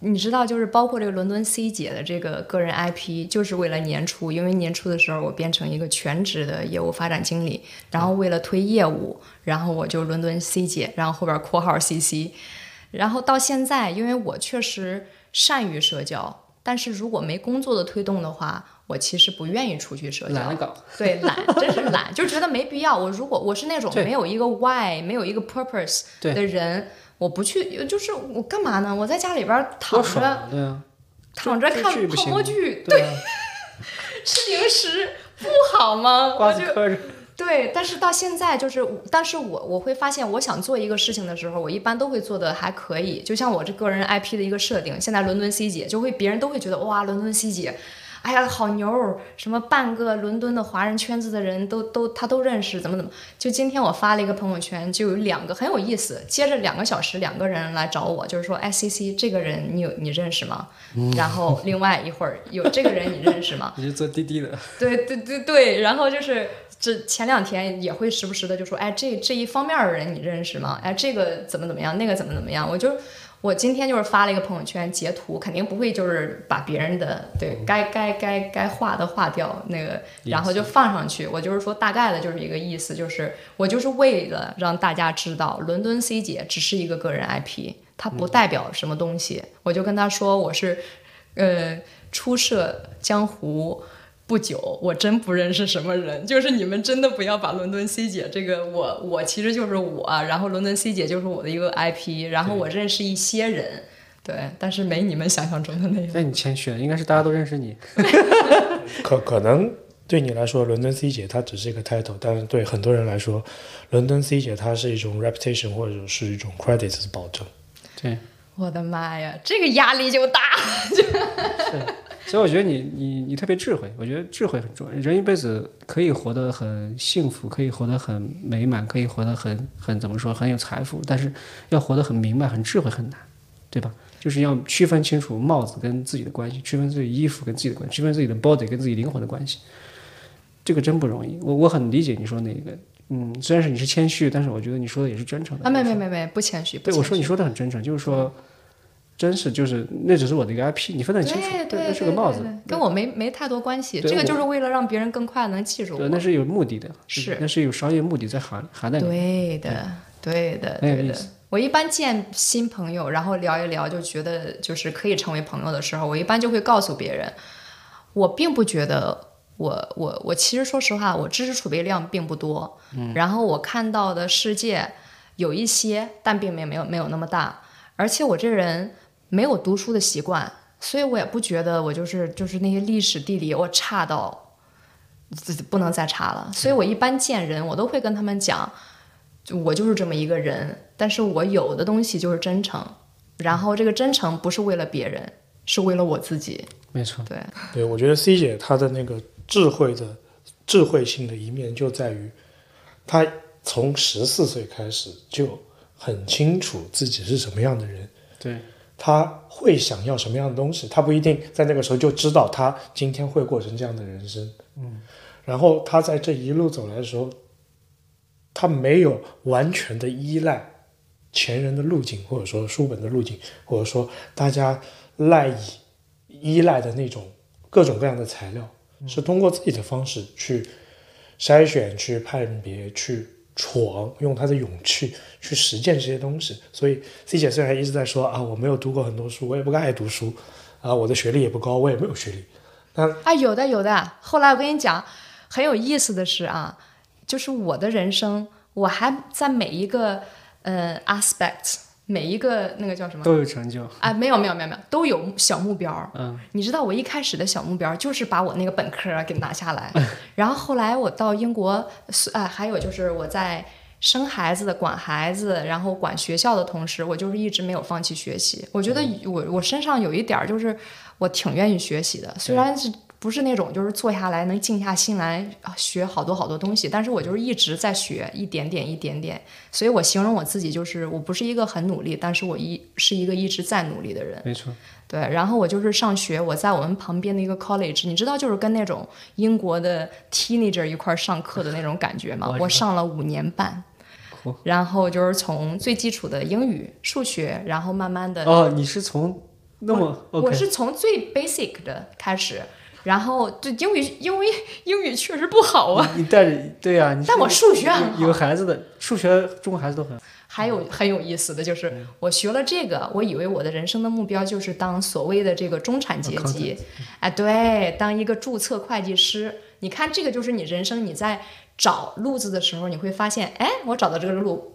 B: 你知道，就是包括这个伦敦 C 姐的这个个人 IP，就是为了年初，因为年初的时候我变成一个全职的业务发展经理，然后为了推业务，然后我就伦敦 C 姐，然后后边括号 CC，然后到现在，因为我确实善于社交，但是如果没工作的推动的话，我其实不愿意出去社交，
C: 懒得搞。
B: 对，懒，真是懒，就觉得没必要。我如果我是那种
C: 对
B: 没有一个 why、没有一个 purpose
C: 对
B: 的人，我不去，呃就是我干嘛呢？我在家里边儿躺
C: 多爽
B: 着
C: 啊，对啊，
B: 躺着
C: 追
B: 看
C: 剧不
B: 泡
C: 行
B: 沫剧，
C: 对啊，
B: 吃零食不好吗？
C: 瓜
B: 我
C: 子
B: 就
C: 嗑着，
B: 对，但是到现在就是，但是我我会发现，我想做一个事情的时候，我一般都会做的还可以。就像我这个人 IP 的一个设定，现在伦敦 C 姐就会，别人都会觉得哇，伦敦 C 姐，哎呀，好牛儿，什么半个伦敦的华人圈子的人都都她都认识，怎么怎么。就今天我发了一个朋友圈，就有两个很有意思，接着两个小时，两个人来找我，就是说，哎，C C 这个人你有你认识吗？然后另外一会儿有这个人你认识吗？
C: 你是坐滴滴的，
B: 对对对对，然后就是这前两天也会时不时的就说，哎，这这一方面的人你认识吗？哎，这个怎么怎么样，那个怎么怎么样？我就我今天就是发了一个朋友圈截图，肯定不会就是把别人的对该该该该划的划掉那个，然后就放上去。我就是说大概的就是一个意思，就是我就是为了让大家知道，伦敦 C 姐只是一个个人 IP，它不代表什么东西。我就跟她说我是。呃，初涉江湖不久，我真不认识什么人。就是你们真的不要把伦敦 C 姐这个我，我其实就是我，啊然后伦敦 C 姐就是我的一个 IP，然后我认识一些人，对，但是没你们想象中的那样。
C: 那你谦虚了，应该是大家都认识你。
D: 可可能对你来说，伦敦 C 姐她只是一个 title，但是对很多人来说，伦敦 C 姐她是一种 reputation 或者是一种 credit 的保证。
C: 对，
B: 我的妈呀，这个压力就大。
C: 所以我觉得你你你特别智慧，我觉得智慧很重要。人一辈子可以活得很幸福，可以活得很美满，可以活得很很怎么说很有财富，但是要活得很明白、很智慧很难，对吧？就是要区分清楚帽子跟自己的关系，区分自己衣服跟自己的关系，区分自己的 body 跟自己灵魂的关系。这个真不容易，我我很理解你说那个，嗯，虽然是你是谦虚，但是我觉得你说的也是真诚的。
B: 啊，没没没没，不谦虚，不
C: 对，
B: 谦
C: 我
B: 虚。
C: 说你说的很真诚，就是说，真是就是那只是我的一个 IP，你分得很清楚，
B: 对
C: 那
B: 对，
C: 那是个帽子
B: 对，对跟我没没太多关系。
C: 对
B: 这个
C: 我
B: 就是为了让别人更快能记住
C: 对，
B: 我。
C: 那是有目的的，
B: 是
C: 那是有商业目的在含含在里面。
B: 对的，对的，
C: 很有
B: 对
C: 意
B: 的
C: 思。
B: 我一般见新朋友，然后聊一聊，就觉得就是可以成为朋友的时候，我一般就会告诉别人，我并不觉得我我我其实说实话，我知识储备量并不多，嗯，然后我看到的世界有一些，但并没有没有没有那么大，而且我这人没有读书的习惯，所以我也不觉得我就是就是那些历史地理我差到。自己不能再差了，所以我一般见人，我都会跟他们讲，就我就是这么一个人，但是我有的东西就是真诚，然后这个真诚不是为了别人，是为了我自己。
C: 没错，
B: 对，
D: 对，我觉得 C 姐她的那个智慧的智慧性的一面就在于，她从十四岁开始就很清楚自己是什么样的人，
C: 对，
D: 她会想要什么样的东西，她不一定在那个时候就知道她今天会过成这样的人生。
C: 嗯，
D: 然后她在这一路走来的时候，她没有完全的依赖前人的路径，或者说书本的路径，或者说大家赖以依赖的那种各种各样的材料，是通过自己的方式去筛选、去判别、去闯，用他的勇气去实践这些东西。所以 C 姐虽然一直在说啊，我没有读过很多书，我也不爱读书，啊，我的学历也不高，我也没有学历，
B: 啊，有的有的。后来我跟你讲，很有意思的是啊，就是我的人生，我还在每一个呃 aspect，每一个那个叫什么？
C: 都有成就，
B: 啊，没有没有没有没有，都有小目标儿。
C: 嗯
B: 你知道我一开始的小目标儿就是把我那个本科儿给拿下来，然后后来我到英国，是啊，还有就是我在生孩子、管孩子，然后管学校的同时，我就是一直没有放弃学习。我觉得我我身上有一点儿就是我挺愿意学习的，虽然是。不是那种就是坐下来能静下心来啊学好多好多东西，但是我就是一直在学，一点点一点点，所以我形容我自己就是我不是一个很努力，但是我一是一个一直在努力的人。
C: 没错，
B: 对，然后我就是上学，我在我们旁边的一个 college，你知道，就是跟那种英国的 teenager 一块儿上课的那种感觉吗？我上了五年半
C: 酷，
B: 然后就是从最基础的英语、数学，然后慢慢的，
C: 哦，你是从那么
B: 我
C: OK，
B: 是从最 basic 的开始，然后对英语，因为英语确实不好啊，
C: 你带着对呀、你
B: 但我数学很好
C: 有有孩子的数学，中国孩子都很
B: 还有很有意思的就是，我学了这个，我以为我的人生的目标就是当所谓的这个中产阶级，哎，对，当一个注册会计师。你看，这个就是你人生你在找路子的时候，你会发现，哎，我找到这个路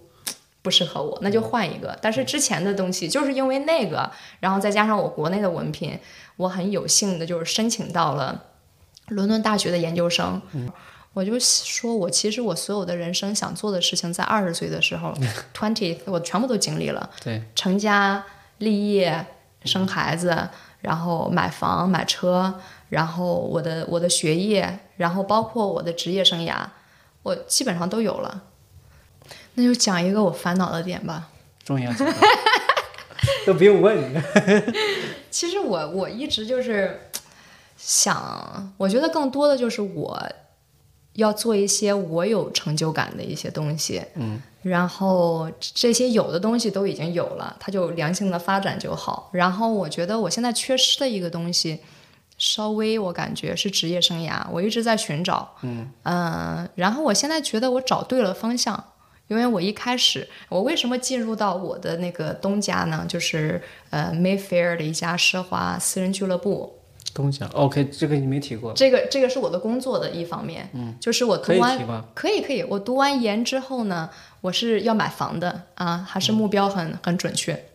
B: 不适合我，那就换一个。但是嗯之前的东西，就是因为那个，然后再加上我国内的文凭，我很有幸的就是申请到了伦敦大学的研究生。我就说，我其实我所有的人生想做的事情，在二十岁的时候 ，twenty，我全部都经历了，
C: 对，
B: 成家立业、生孩子，然后买房买车，然后我的我的学业，然后包括我的职业生涯，我基本上都有了。那就讲一个我烦恼的点吧。
C: 终于要讲到了都不用问，
B: 其实我我一直就是想，我觉得更多的就是我要做一些我有成就感的一些东西，嗯，然后这些有的东西都已经有了，它就良性的发展就好。然后我觉得我现在缺失的一个东西，稍微我感觉是职业生涯，我一直在寻找，嗯、呃、然后我现在觉得我找对了方向，因为我一开始，我为什么进入到我的那个东家呢？就是呃 Mayfair 的一家奢华私人俱乐部，
C: 东讲 OK，这个你没提过，
B: 这个这个是我的工作的一方面。嗯，就是我读
C: 可以
B: 完
C: 提吗？
B: 可以可以，我读完研之后呢，我是要买房的啊，还
C: 嗯
B: 是目标很、很准确。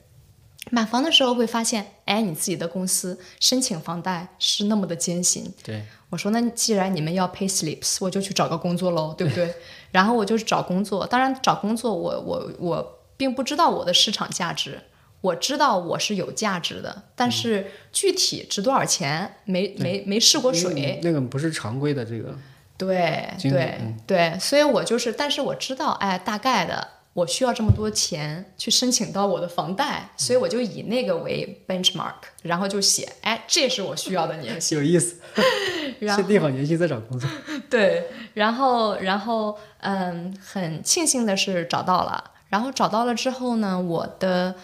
B: 买房的时候会发现，哎，你自己的公司申请房贷是那么的艰辛，
C: 对，
B: 我说那既然你们要 pay slips，我就去找个工作喽，对不 对？然后我就去找工作，当然找工作我我我并不知道我的市场价值，我知道我是有价值的，但
C: 嗯
B: 是具体值多少钱没没没试过
C: 因为
B: 水
C: 你，嗯那个不是常规的这个，
B: 对
C: 经历
B: 对
C: 嗯
B: 对，所以我就是，但是我知道，哎，大概的。我需要这么多钱去申请到我的房贷，所以我就以那个为 benchmark，然后就写，哎，这是我需要的年薪。
C: 有意思，
B: 然后
C: 是定好年薪再找工作，
B: 对，然后然后嗯，很庆幸的是找到了，然后找到了之后呢，我的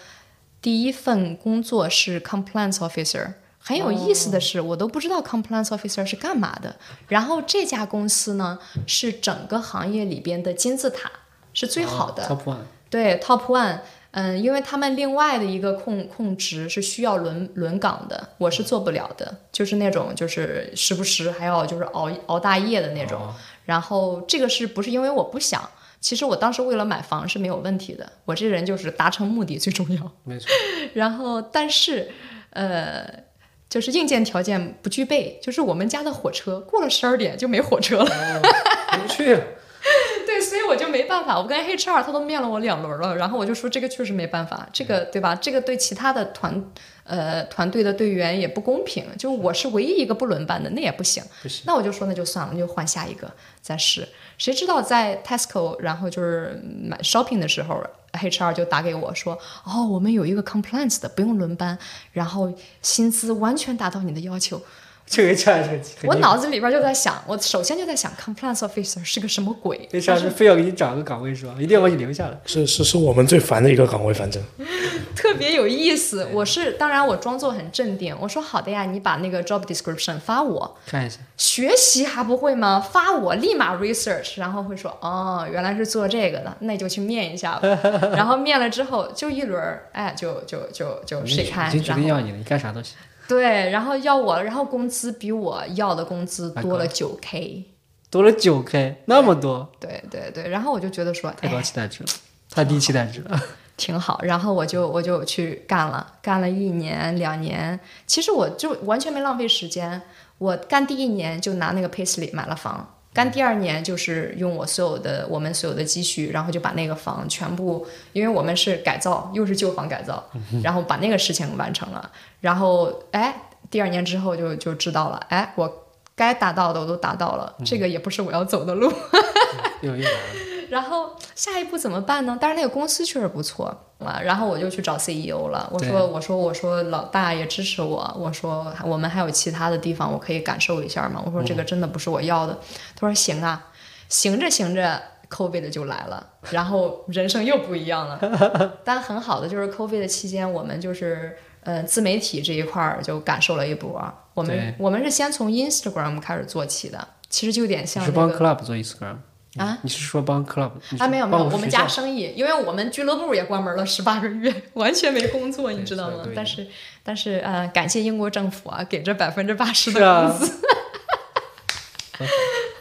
B: 第一份工作是 compliance officer。很有意思的是，我都不知道 compliance officer 是干嘛的。然后这家公司呢，是整个行业里边的金字塔，是最好的。
C: 哦，Top One，
B: 对 Top One，嗯，因为他们另外的一个空空职是需要轮轮岗的，我是做不了的，就是那种就是时不时还要就是熬熬大夜的那种。
C: 哦
B: 然后这个是不是因为我不想？其实我当时为了买房是没有问题的，我这人就是达成目的最重要。
C: 没错，
B: 然后但是，呃，就是硬件条件不具备，就是我们家的火车过了十二点就没火车了。
C: 不去了，
B: 对，所以我就没办办法，我跟 HR 他都面了我两轮了，然后我就说这个确实没办法，这
C: 嗯
B: 个对吧？这个对其他的团呃团队的队员也不公平，就我是唯一一个不轮班的，那也不行。
C: 不行，
B: 那我就说那就算了，那就换下一个再试。谁知道在 Tesco，然后就是买 shopping 的时候，HR 就打给我说，哦，我们有一个 compliance 的，不用轮班，然后薪资完全达到你的要求。
C: 这个 HR 肯定
B: 我脑子里边就在想，我首先就在想 compliance officer 是个什么鬼？
C: HR 是非要给你找个岗位是吧？一定要把你留下来。
D: 是是是我们最烦的一个岗位，反正
B: 特别有意思。我是当然我装作很镇定，我说好的呀，你把那个 job description 发我，
C: 看一下，
B: 学习还不会吗？发我立马 research，然后会说哦，原来是做这个的，那就去面一下 吧。然后面了之后就一轮儿，哎，就就就就
C: 已
B: 谁
C: 经已
B: 开，
C: 经决
B: 然
C: 定
B: 后
C: 要你了，你干啥都行。
B: 对，然后要我，然后工资比我要的工资多了九 k，
C: 多了九 K，那么多，
B: 对对对，然后我就觉得说，
C: 太高
B: 哎，
C: 期待值了，太低期待值 了。
B: 挺好。然后我就我就去干了，干了一年两年，其实我就完全没浪费时间。我干第一年就拿那个 payslip 买了房，干第二年就是用我所有的我们所有的积蓄，然后就把那个房全部，因为我们是改造，又是旧房改造，然后把那个事情完成了。然后哎，第二年之后就就知道了，哎，我该达到的我都达到了，这个也不是我要走的路。
C: 又又来了，
B: 然后下一步怎么办呢？但是那个公司确实不错啊，然后我就去找 CEO 了。我
C: 对
B: 说我说我说老大也支持我，我说我们还有其他的地方我可以感受一下嘛。我说
C: 嗯
B: 这个真的不是我要的。他说行啊，行着行着。COVID 就来了，然后人生又不一样了。 但很好的就是 COVID 的期间，我们就是呃自媒体这一块儿就感受了一波。我们
C: 对
B: 我们是先从 Instagram 开始做起的，其实就有点
C: 你
B: 像、那
C: 是
B: 个、
C: 帮 club 做 Instagram
B: 啊？
C: 你是说帮 club？你是
B: 啊，没有没
C: 帮
B: 有，
C: 我
B: 我们
C: 学校
B: 家生意，因为我们俱乐部也关门了十八个月， 完全没工作，你
C: 对
B: 知道
C: 所以
B: 吗
C: 都？一
B: 但
C: 样
B: 是但是呃，感谢英国政府啊，给这百分之八十
C: 是
B: 的
C: 啊
B: 工，资，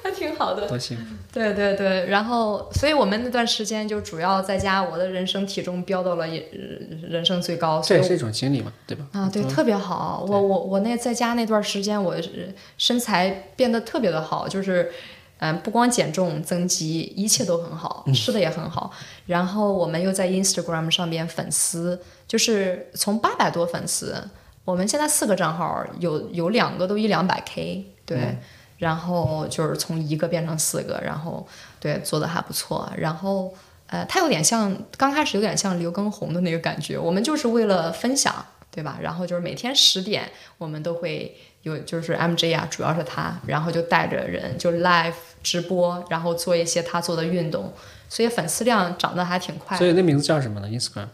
B: 还挺好的。
C: 多幸福。
B: 对对对，然后所以我们那段时间就主要在家，我的人生体重飙到了也呃人生最高，
C: 这
B: 所以
C: 也
B: 我
C: 是一种经历嘛，对吧？嗯
B: 啊，对，特别好。我我我那在家那段时间，我是身材变得特别的好，就是，嗯、不光减重增肌，一切都很好，
C: 嗯
B: 吃的也很好。然后我们又在 Instagram 上边粉丝，就是从八百多粉丝，我们现在四个账号有有两个都一两百 K，对。
C: 嗯
B: 然后就是从一个变成四个，然后对做的还不错。然后呃，它有点像刚开始有点像刘畊宏的那个感觉，我们就是为了分享，对吧？然后就是每天十点，我们都会有就是 MJ 啊，主要是他，然后就带着人就 live 直播，然后做一些他做的运动，所以粉丝量涨得还挺快
C: 所。以那名字叫什么呢？Instagram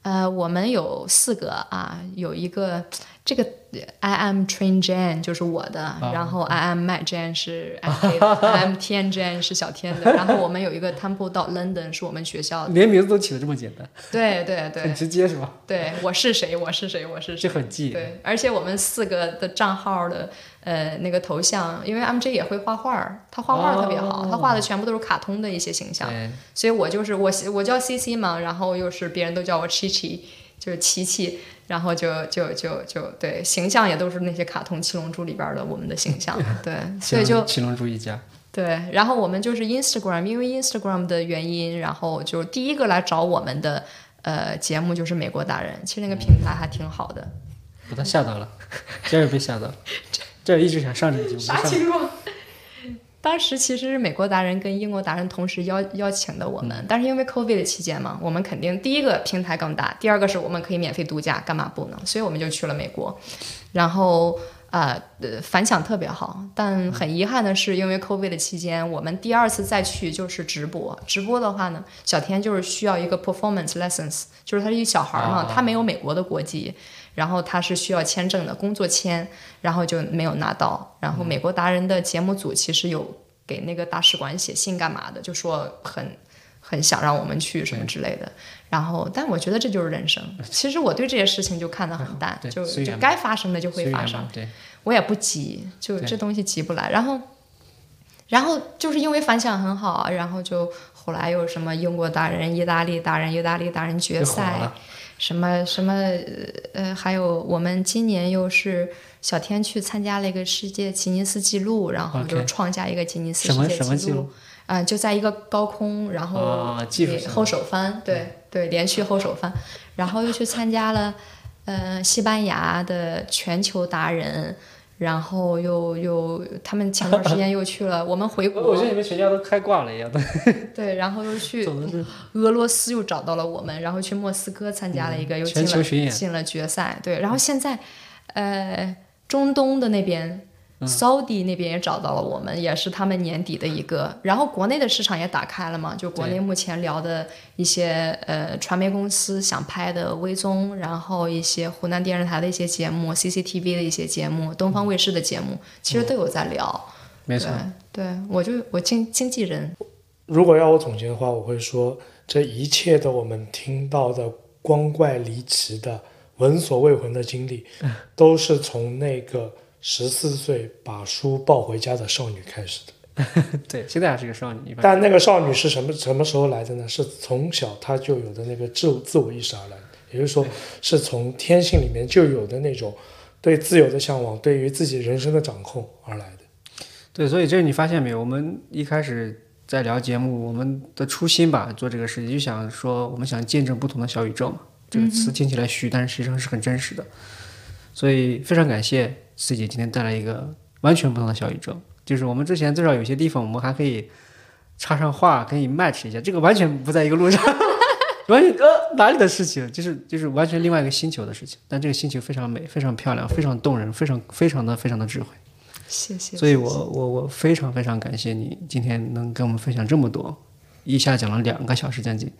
B: 呃，我们有四个啊，有一个这个 I am Train Jane 就是我的，然后 I am Matt Jane 是 MK 的，I am Tian Jane 是小天的，然后我们有一个 Temple Dot London 是我们学校的，
C: 连名字都起的这么简单，
B: 对对哦对
C: 很直接是吧？
B: 对，我是谁，我是谁，我是谁
C: 这，很记忆。
B: 对，而且我们四个的账号的呃那个头像，因为 MJ 也会画画儿，他画画儿特别好，他画的全部都是卡通的一些形象，
C: 哦对，
B: 所以我就是我我叫 CC 嘛，然后又是别人都叫我 Chi Chi，就是琪琪，然后就就就就对，形象也都是那些卡通《七龙珠》里边的我们的形象，对，所以
C: 七龙
B: 就
C: 七龙珠一家，
B: 对，然后我们就是 Instagram，因为 Instagram 的原因，然后就第一个来找我们的呃节目就是美国达人，其实那个平台还挺好的，
C: 把他吓到了， 这儿被吓 到了，这儿一直想上这个节目，没上。
B: 况？当时其实是美国达人跟英国达人同时邀邀请的我们，但是因为 COVID 期间嘛，我们肯定第一个平台更大，第二个是我们可以免费度假，干嘛不呢？所以我们就去了美国，然后呃呃反响特别好，但很遗憾的是，因为 COVID 的期间，我们第二次再去就是直播，直播的话呢，小天就是需要一个 performance lessons，就是他是一小孩儿嘛，
C: 啊
B: 他没有美国的国籍，然后他是需要签证的工作签，然后就没有拿到。然后美国达人的节目组其实有给那个大使馆写信干嘛的，就说很很想让我们去什么之类的。然后，但我觉得这就是人生。其实我对这些事情就看得很淡，
C: 啊对
B: 就
C: 随
B: 就
C: 缘吧
B: 该发生的就
C: 随
B: 会
C: 缘
B: 发
C: 吧
B: 生。
C: 对，
B: 我也不急，就
C: 对
B: 这东西急不来。然后，然后就是因为反响很好啊，然后就后来又什么英国达人、意大利达人、意大利达人决
C: 又火
B: 赛
C: 了，
B: 什么什么呃，还有我们今年又是小天去参加了一个世界吉尼斯纪录，然后就
C: OK
B: 创下一个吉尼斯
C: 什
B: 世
C: 么
B: 界
C: 什么
B: 纪
C: 记
B: 录
C: 录？
B: 啊、就在一个高空，然后、
C: 啊技术性的
B: 后手翻，对对，连续后手翻，然后又去参加了呃西班牙的全球达人，然后又又他们前段时间又去了，我们回
C: 我
B: 国
C: 觉得，你们全家都开挂了一样的，
B: 对，然后又去
C: 总的是
B: 俄罗斯又找到了我们，然后去莫斯科参加了一个，又进
C: 嗯全球
B: 了
C: 巡演嗯
B: 进了决赛。对，然后现在，呃，中东的那边、s
C: 嗯
B: a u d i 那边也找到了我们，也是他们年底的一个。然后国内的市场也打开了嘛，就国内
C: 对
B: 目前聊的一些呃传媒公司想拍的微综，然后一些湖南电视台的一些节目、CCTV 的一些节目、东
C: 嗯
B: 方卫视的节目，其实都有在聊。
C: 没错。
B: 对，对我就我经经纪人
D: 如果要我总结的话，我会说，这一切的我们听到的光怪离奇的、闻所未闻的经历，都是从那个十四岁把书抱回家的少女开始的。
C: 对，现在还是个少女，一般
D: 但那个少女是什么什么时候来的呢？是从小她就有的那个自自我意识而来的，也就是说，是从天性里面就有的那种对自由的向往，对于自己人生的掌控而来的。
C: 对，所以这你发现没有？我们一开始在聊节目，我们的初心吧，做这个事情就想说，我们想见证不同的小宇宙嘛。这个词听起来虚，但是实际上是很真实的。所以非常感谢四姐今天带来一个完全不同的小宇宙。就是我们之前最少有些地方我们还可以插上话，可以 match 一下，这个完全不在一个路上， 完全呃哪里的事情，就是就是完全另外一个星球的事情。但这个星球非常美，非常漂亮，非常动人，非常非常的非常的智慧。
B: 谢谢。
C: 所以我我我非常非常感谢你今天能跟我们分享这么多，一下讲了两个小时将近。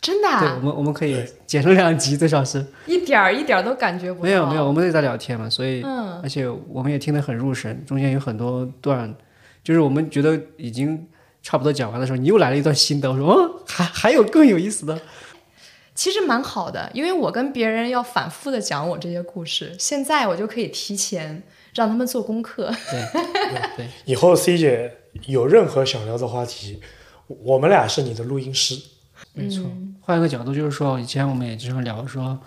B: 真的、啊。
C: 对，我们我们可以剪成两集，最少是。
B: 一点儿一点儿都感觉不到。
C: 没有没有，，我们也在聊天嘛，所以、
B: 嗯
C: 而且我们也听得很入神，中间有很多段，就是我们觉得已经差不多讲完的时候，你又来了一段新的，我说哦，还还有更有意思的。
B: 其实蛮好的，因为我跟别人要反复的讲我这些故事，现在我就可以提前让他们做功课。
C: 对，
D: 以后 C 姐有任何想聊的话题，我们俩是你的录音师。
C: 没错。
B: 嗯
C: 换一个角度就是说，以前我们也经常聊说，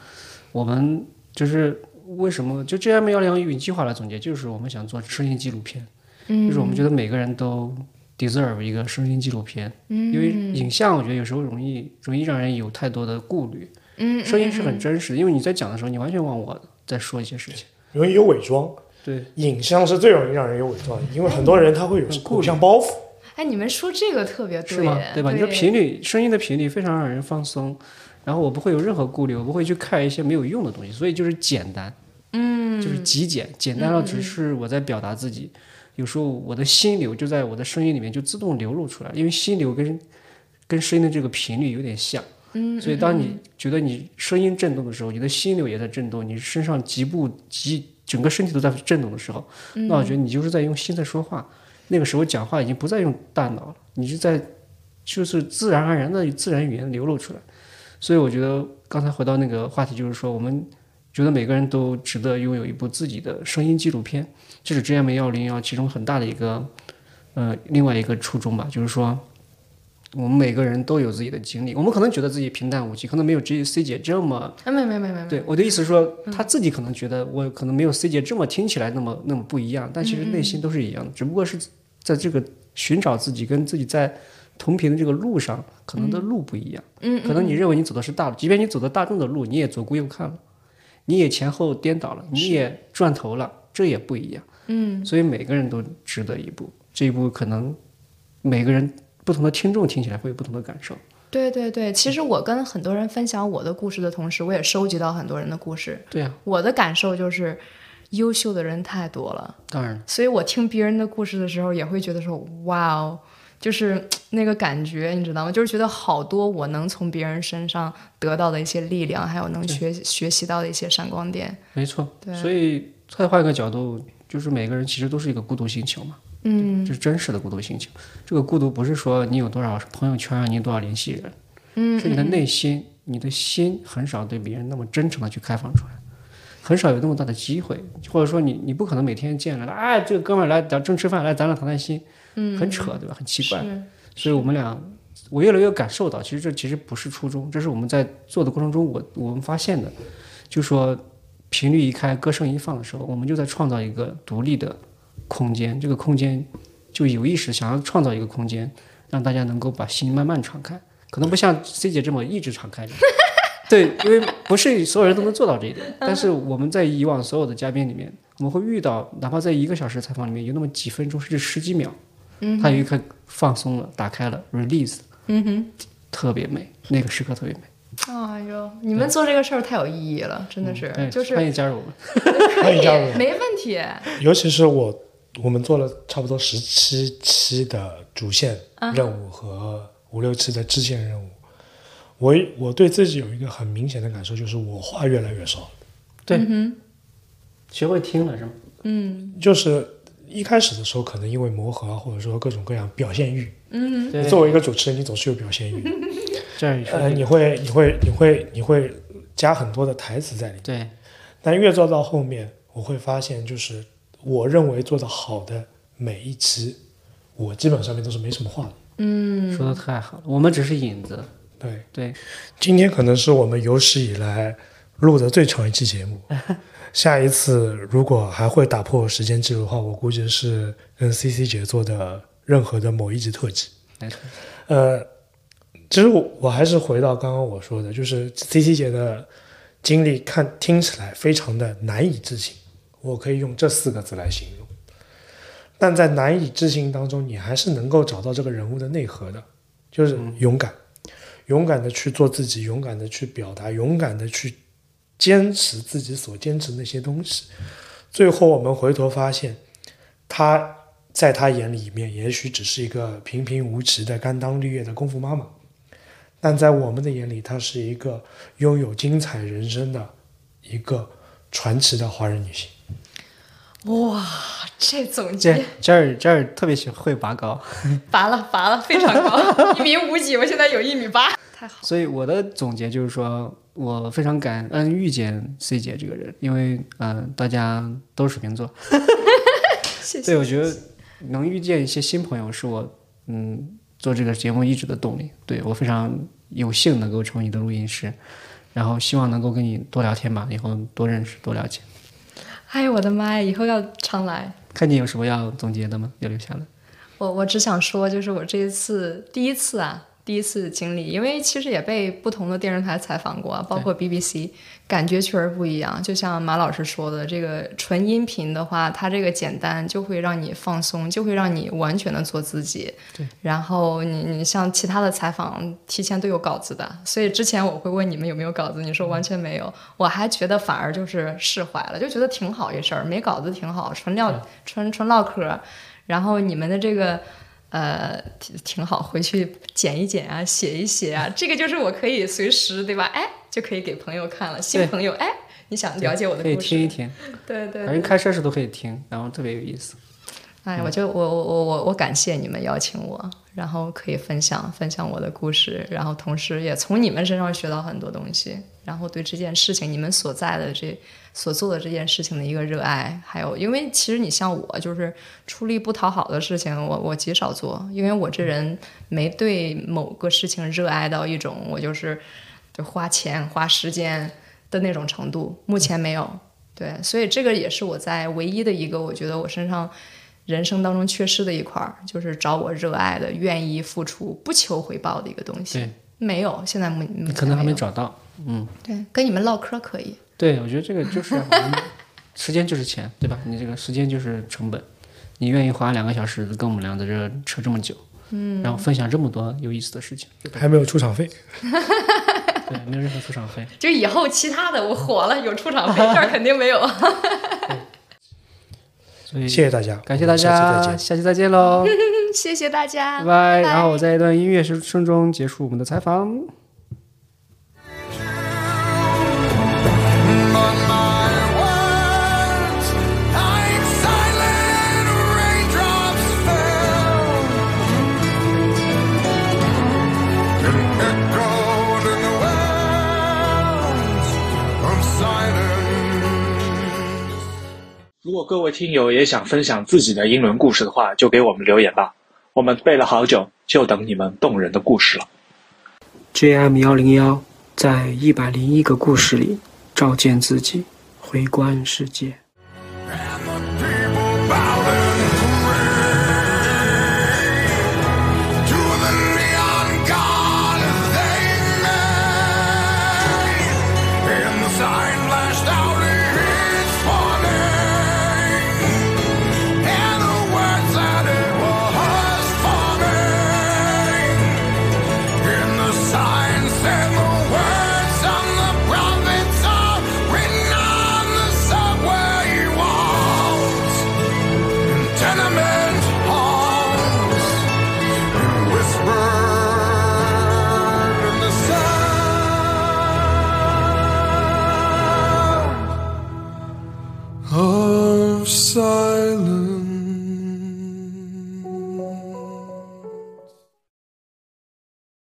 C: 我们就是为什么就 GM 幺零用语计划来总结，就是我们想做声音纪录片，
B: 嗯
C: 就是我们觉得每个人都 deserve 一个声音纪录片，因为
B: 嗯
C: 影像我觉得有时候容易容易让人有太多的顾虑，
B: 嗯，
C: 声音是很真实的，因为你在讲的时候，你完全忘我在说一些事情，
D: 容易有伪装，
C: 对，
D: 影像是最容易让人有伪装的，因为很多人他会有
C: 很顾虑
D: 偶像包 袱。
B: 哎，你们说这个特别
C: 是吗？
B: 对
C: 对吧？你说频率，声音的频率非常让人放松，然后我不会有任何顾虑，我不会去看一些没有用的东西，所以就是简单，嗯，就是极简，简单到只是我在表达自己。有时候我的心流就在我的声音里面就自动流露出来，因为心流跟跟声音的这个频率有点像，嗯，所以当你觉得你声音震动的时候，你的心流也在震动，你身上极部极整个身体都在震动的时候，那我觉得你就是在用心在说话。那个时候讲话已经不再用大脑了，你是在就是自然而然的自然语言流露出来。所以我觉得刚才回到那个话题，就是说我们觉得每个人都值得拥有一部自己的声音纪录片，这是 GM 幺零幺其中很大的一个呃另外一个初衷吧，就是说我们每个人都有自己的经历，我们可能觉得自己平淡无奇，可能没有 G C 姐这么
B: 啊，没有没有没有没有，
C: 对，我的意思是说，他自己可能觉得我可能没有 C 姐这么听起来那么那么不一样，但其实
B: 嗯
C: 内心都是一样的，只不过是在这个寻找自己跟自己在同频的这个路上，可能的路不一样。
B: 嗯，
C: 可能你认为你走的是大路，即便你走的大众的路，你也左顾右看了，你也前后颠倒了，你也转头了，这也不一样。嗯，所以每个人都值得一步，这一步可能每个人不同的听众听起来会有不同的感受。
B: 对对对，其实我跟很多人分享我的故事的同时，我也收集到很多人的故事。
C: 对啊，
B: 我的感受就是，优秀的人太多了。
C: 当然了，
B: 所以我听别人的故事的时候，也会觉得说，哇哦，就是那个感觉，你知道吗？就是觉得好多我能从别人身上得到的一些力量，还有能学学习到的一些闪光点。
C: 没错。
B: 对
C: 所以再换一个角度，就是每个人其实都是一个孤独星球嘛。
B: 嗯
C: 就是真实的孤独心情。这个孤独不是说你有多少朋友圈啊，你有多少联系人，
B: 嗯
C: 是你的内心，你的心很少对别人那么真诚的去开放出来，很少有那么大的机会，或者说你你不可能每天见了，哎，这个哥们儿来咱正吃饭，来咱俩谈谈心，很扯对吧？很奇怪。
B: 嗯是
C: 所以我们俩我越来越感受到，其实这其实不是初衷，这是我们在做的过程中我我们发现的，就说频率一开，歌声一放的时候，我们就在创造一个独立的空间，这个空间就有意识想要创造一个空间，让大家能够把心慢慢敞开，可能不像 C 姐这么一直敞开着。 对，因为不是所有人都能做到这一点，但是我们在以往所有的嘉宾里面，我们会遇到，哪怕在一个小时采访里面有那么几分钟甚至十几秒，嗯，他有一刻放松了，打开了，release，
B: 嗯哼，
C: 特别美，那个时刻特别美。
B: 哎呦，你们做这个事儿太有意义了，真的是，
C: 嗯对
B: 就是
C: 欢迎加入我们。
D: 欢迎加入。
B: 没问题，
D: 尤其是我，我们做了差不多十七期的主线任务和五六期的支线任务，我我对自己有一个很明显的感受，就是我话越来越少了。
C: 对，学会听了是吗？
B: 嗯
D: 就是一开始的时候，可能因为磨合啊，或者说各种各样表现欲，
B: 嗯，
C: 对，
D: 作为一个主持人，你总是有表现欲，
C: 这样一说，
D: 呃，你会你会你会你会加很多的台词在
B: 嗯
D: 里面。
C: 对，
D: 但越做到后面，我会发现，就是我认为做的好的每一期，我基本上面都是没什么话的。
B: 嗯，
C: 说的太好了，我们只是引子。
D: 对，
C: 对，
D: 今天可能是我们有史以来录的最长一期节 目。下一次如果还会打破时间记录的话，我估计是跟 C C 姐做的任何的某一集特辑。
C: 没错，
D: 呃，其实我我还是回到刚刚我说的，就是 C C 姐的经历看听起来非常的难以置信，我可以用这四个字来形容。但在难以置信当中，你还是能够找到这个人物的内核的，就是
C: 嗯
D: 勇敢，勇敢的去做自己，勇敢的去表达，勇敢的去坚持自己所坚持的那些东西。最后我们回头发现，他在他眼里面，也许只是一个平平无奇的甘当绿叶的功夫妈妈，但在我们的眼里，她是一个拥有精彩人生的一个传奇的华人女性。
B: 哇，这总
C: 这
B: 结
C: 这儿这儿特别喜会拔高，
B: 拔了拔了，非常高，一米五几，我现在有一米八，太好，
C: 所以我的总结就是说，我非常感恩遇见 C 姐这个人，因为嗯、呃大家都是水瓶座，
B: 谢谢。
C: 对我觉得能遇见一些新朋友是我嗯做这个节目一直的动力。对我非常有幸能够成为你的录音师，然后希望能够跟你多聊天吧，以后多认识多了解。
B: 哎呦我的妈呀，以后要常来。
C: 看你有什么要总结的吗？要留 下的。
B: 我我只想说，就是我这一次第一次啊，第一次经历，因为其实也被不同的电视台采访过啊，包括 BBC，感觉确实不一样。就像马老师说的，这个纯音频的话，它这个简单就会让你放松，就会让你完全的做自己。
C: 对。
B: 然后你你像其他的采访，提前都有稿子的，所以之前我会问你们有没有稿子，你说完全没
C: 嗯
B: 有，我还觉得反而就是释怀了，就觉得挺好一事儿，没稿子挺好，纯聊
C: 嗯
B: 纯纯唠嗑儿。然后你们的这个呃挺挺好，回去剪一剪啊，写一写啊，这个就是我可以随时对吧？哎，就可以给朋友看了，新
C: 对
B: 朋友哎，你想了解我的
C: 可以
B: 故
C: 听一
B: 事，
C: 听，
B: 对对
C: 反正开车时都可以听，然后特别有意思。
B: 哎，我就我我我我我感谢你们邀请我，然后可以分享分享我的故事，然后同时也从你们身上学到很多东西，然后对这件事情你们所在的这所做的这件事情的一个热爱，还有因为其实你像我就是出力不讨好的事情，我我极少做，因为我这人没对某个事情热爱到一种我就是就花钱花时间的那种程度，目前没有。对，所以这个也是我在唯一的一个，我觉得我身上人生当中缺失的一块儿，就是找我热爱的、愿意付出、不求回报的一个东西
C: 对。
B: 没有，现在目目
C: 你
B: 前
C: 可能还没
B: 有
C: 找到，嗯，
B: 对，跟你们唠嗑可以。
C: 对，我觉得这个就是我们时间就是钱，对吧？你这个时间就是成本，你愿意花两个小时跟我们俩在这儿扯这么久，嗯，然后分享这么多有意思的事情，
D: 还没有出场费，
C: 对，没有任何出场费。
B: 就以后其他的我火了有出场费，这 儿肯定没有。
C: 所以
D: 谢谢大家，
C: 感谢大
D: 我们下期再
C: 家，
D: 见。
C: 下期再见喽，
B: 谢谢大家
C: 拜。拜。然后我在一段音乐声声中结束我们的采访。
A: But my words, like silent raindrops, fell and echoed in the wells of silence.
E: 如果各位听友也想分享自己的英伦故事的话，就给我们留言吧，我们背了好久，就等你们动人的故事了。
C: JM 幺零幺在一百零一个故事里照见自己，回观世界。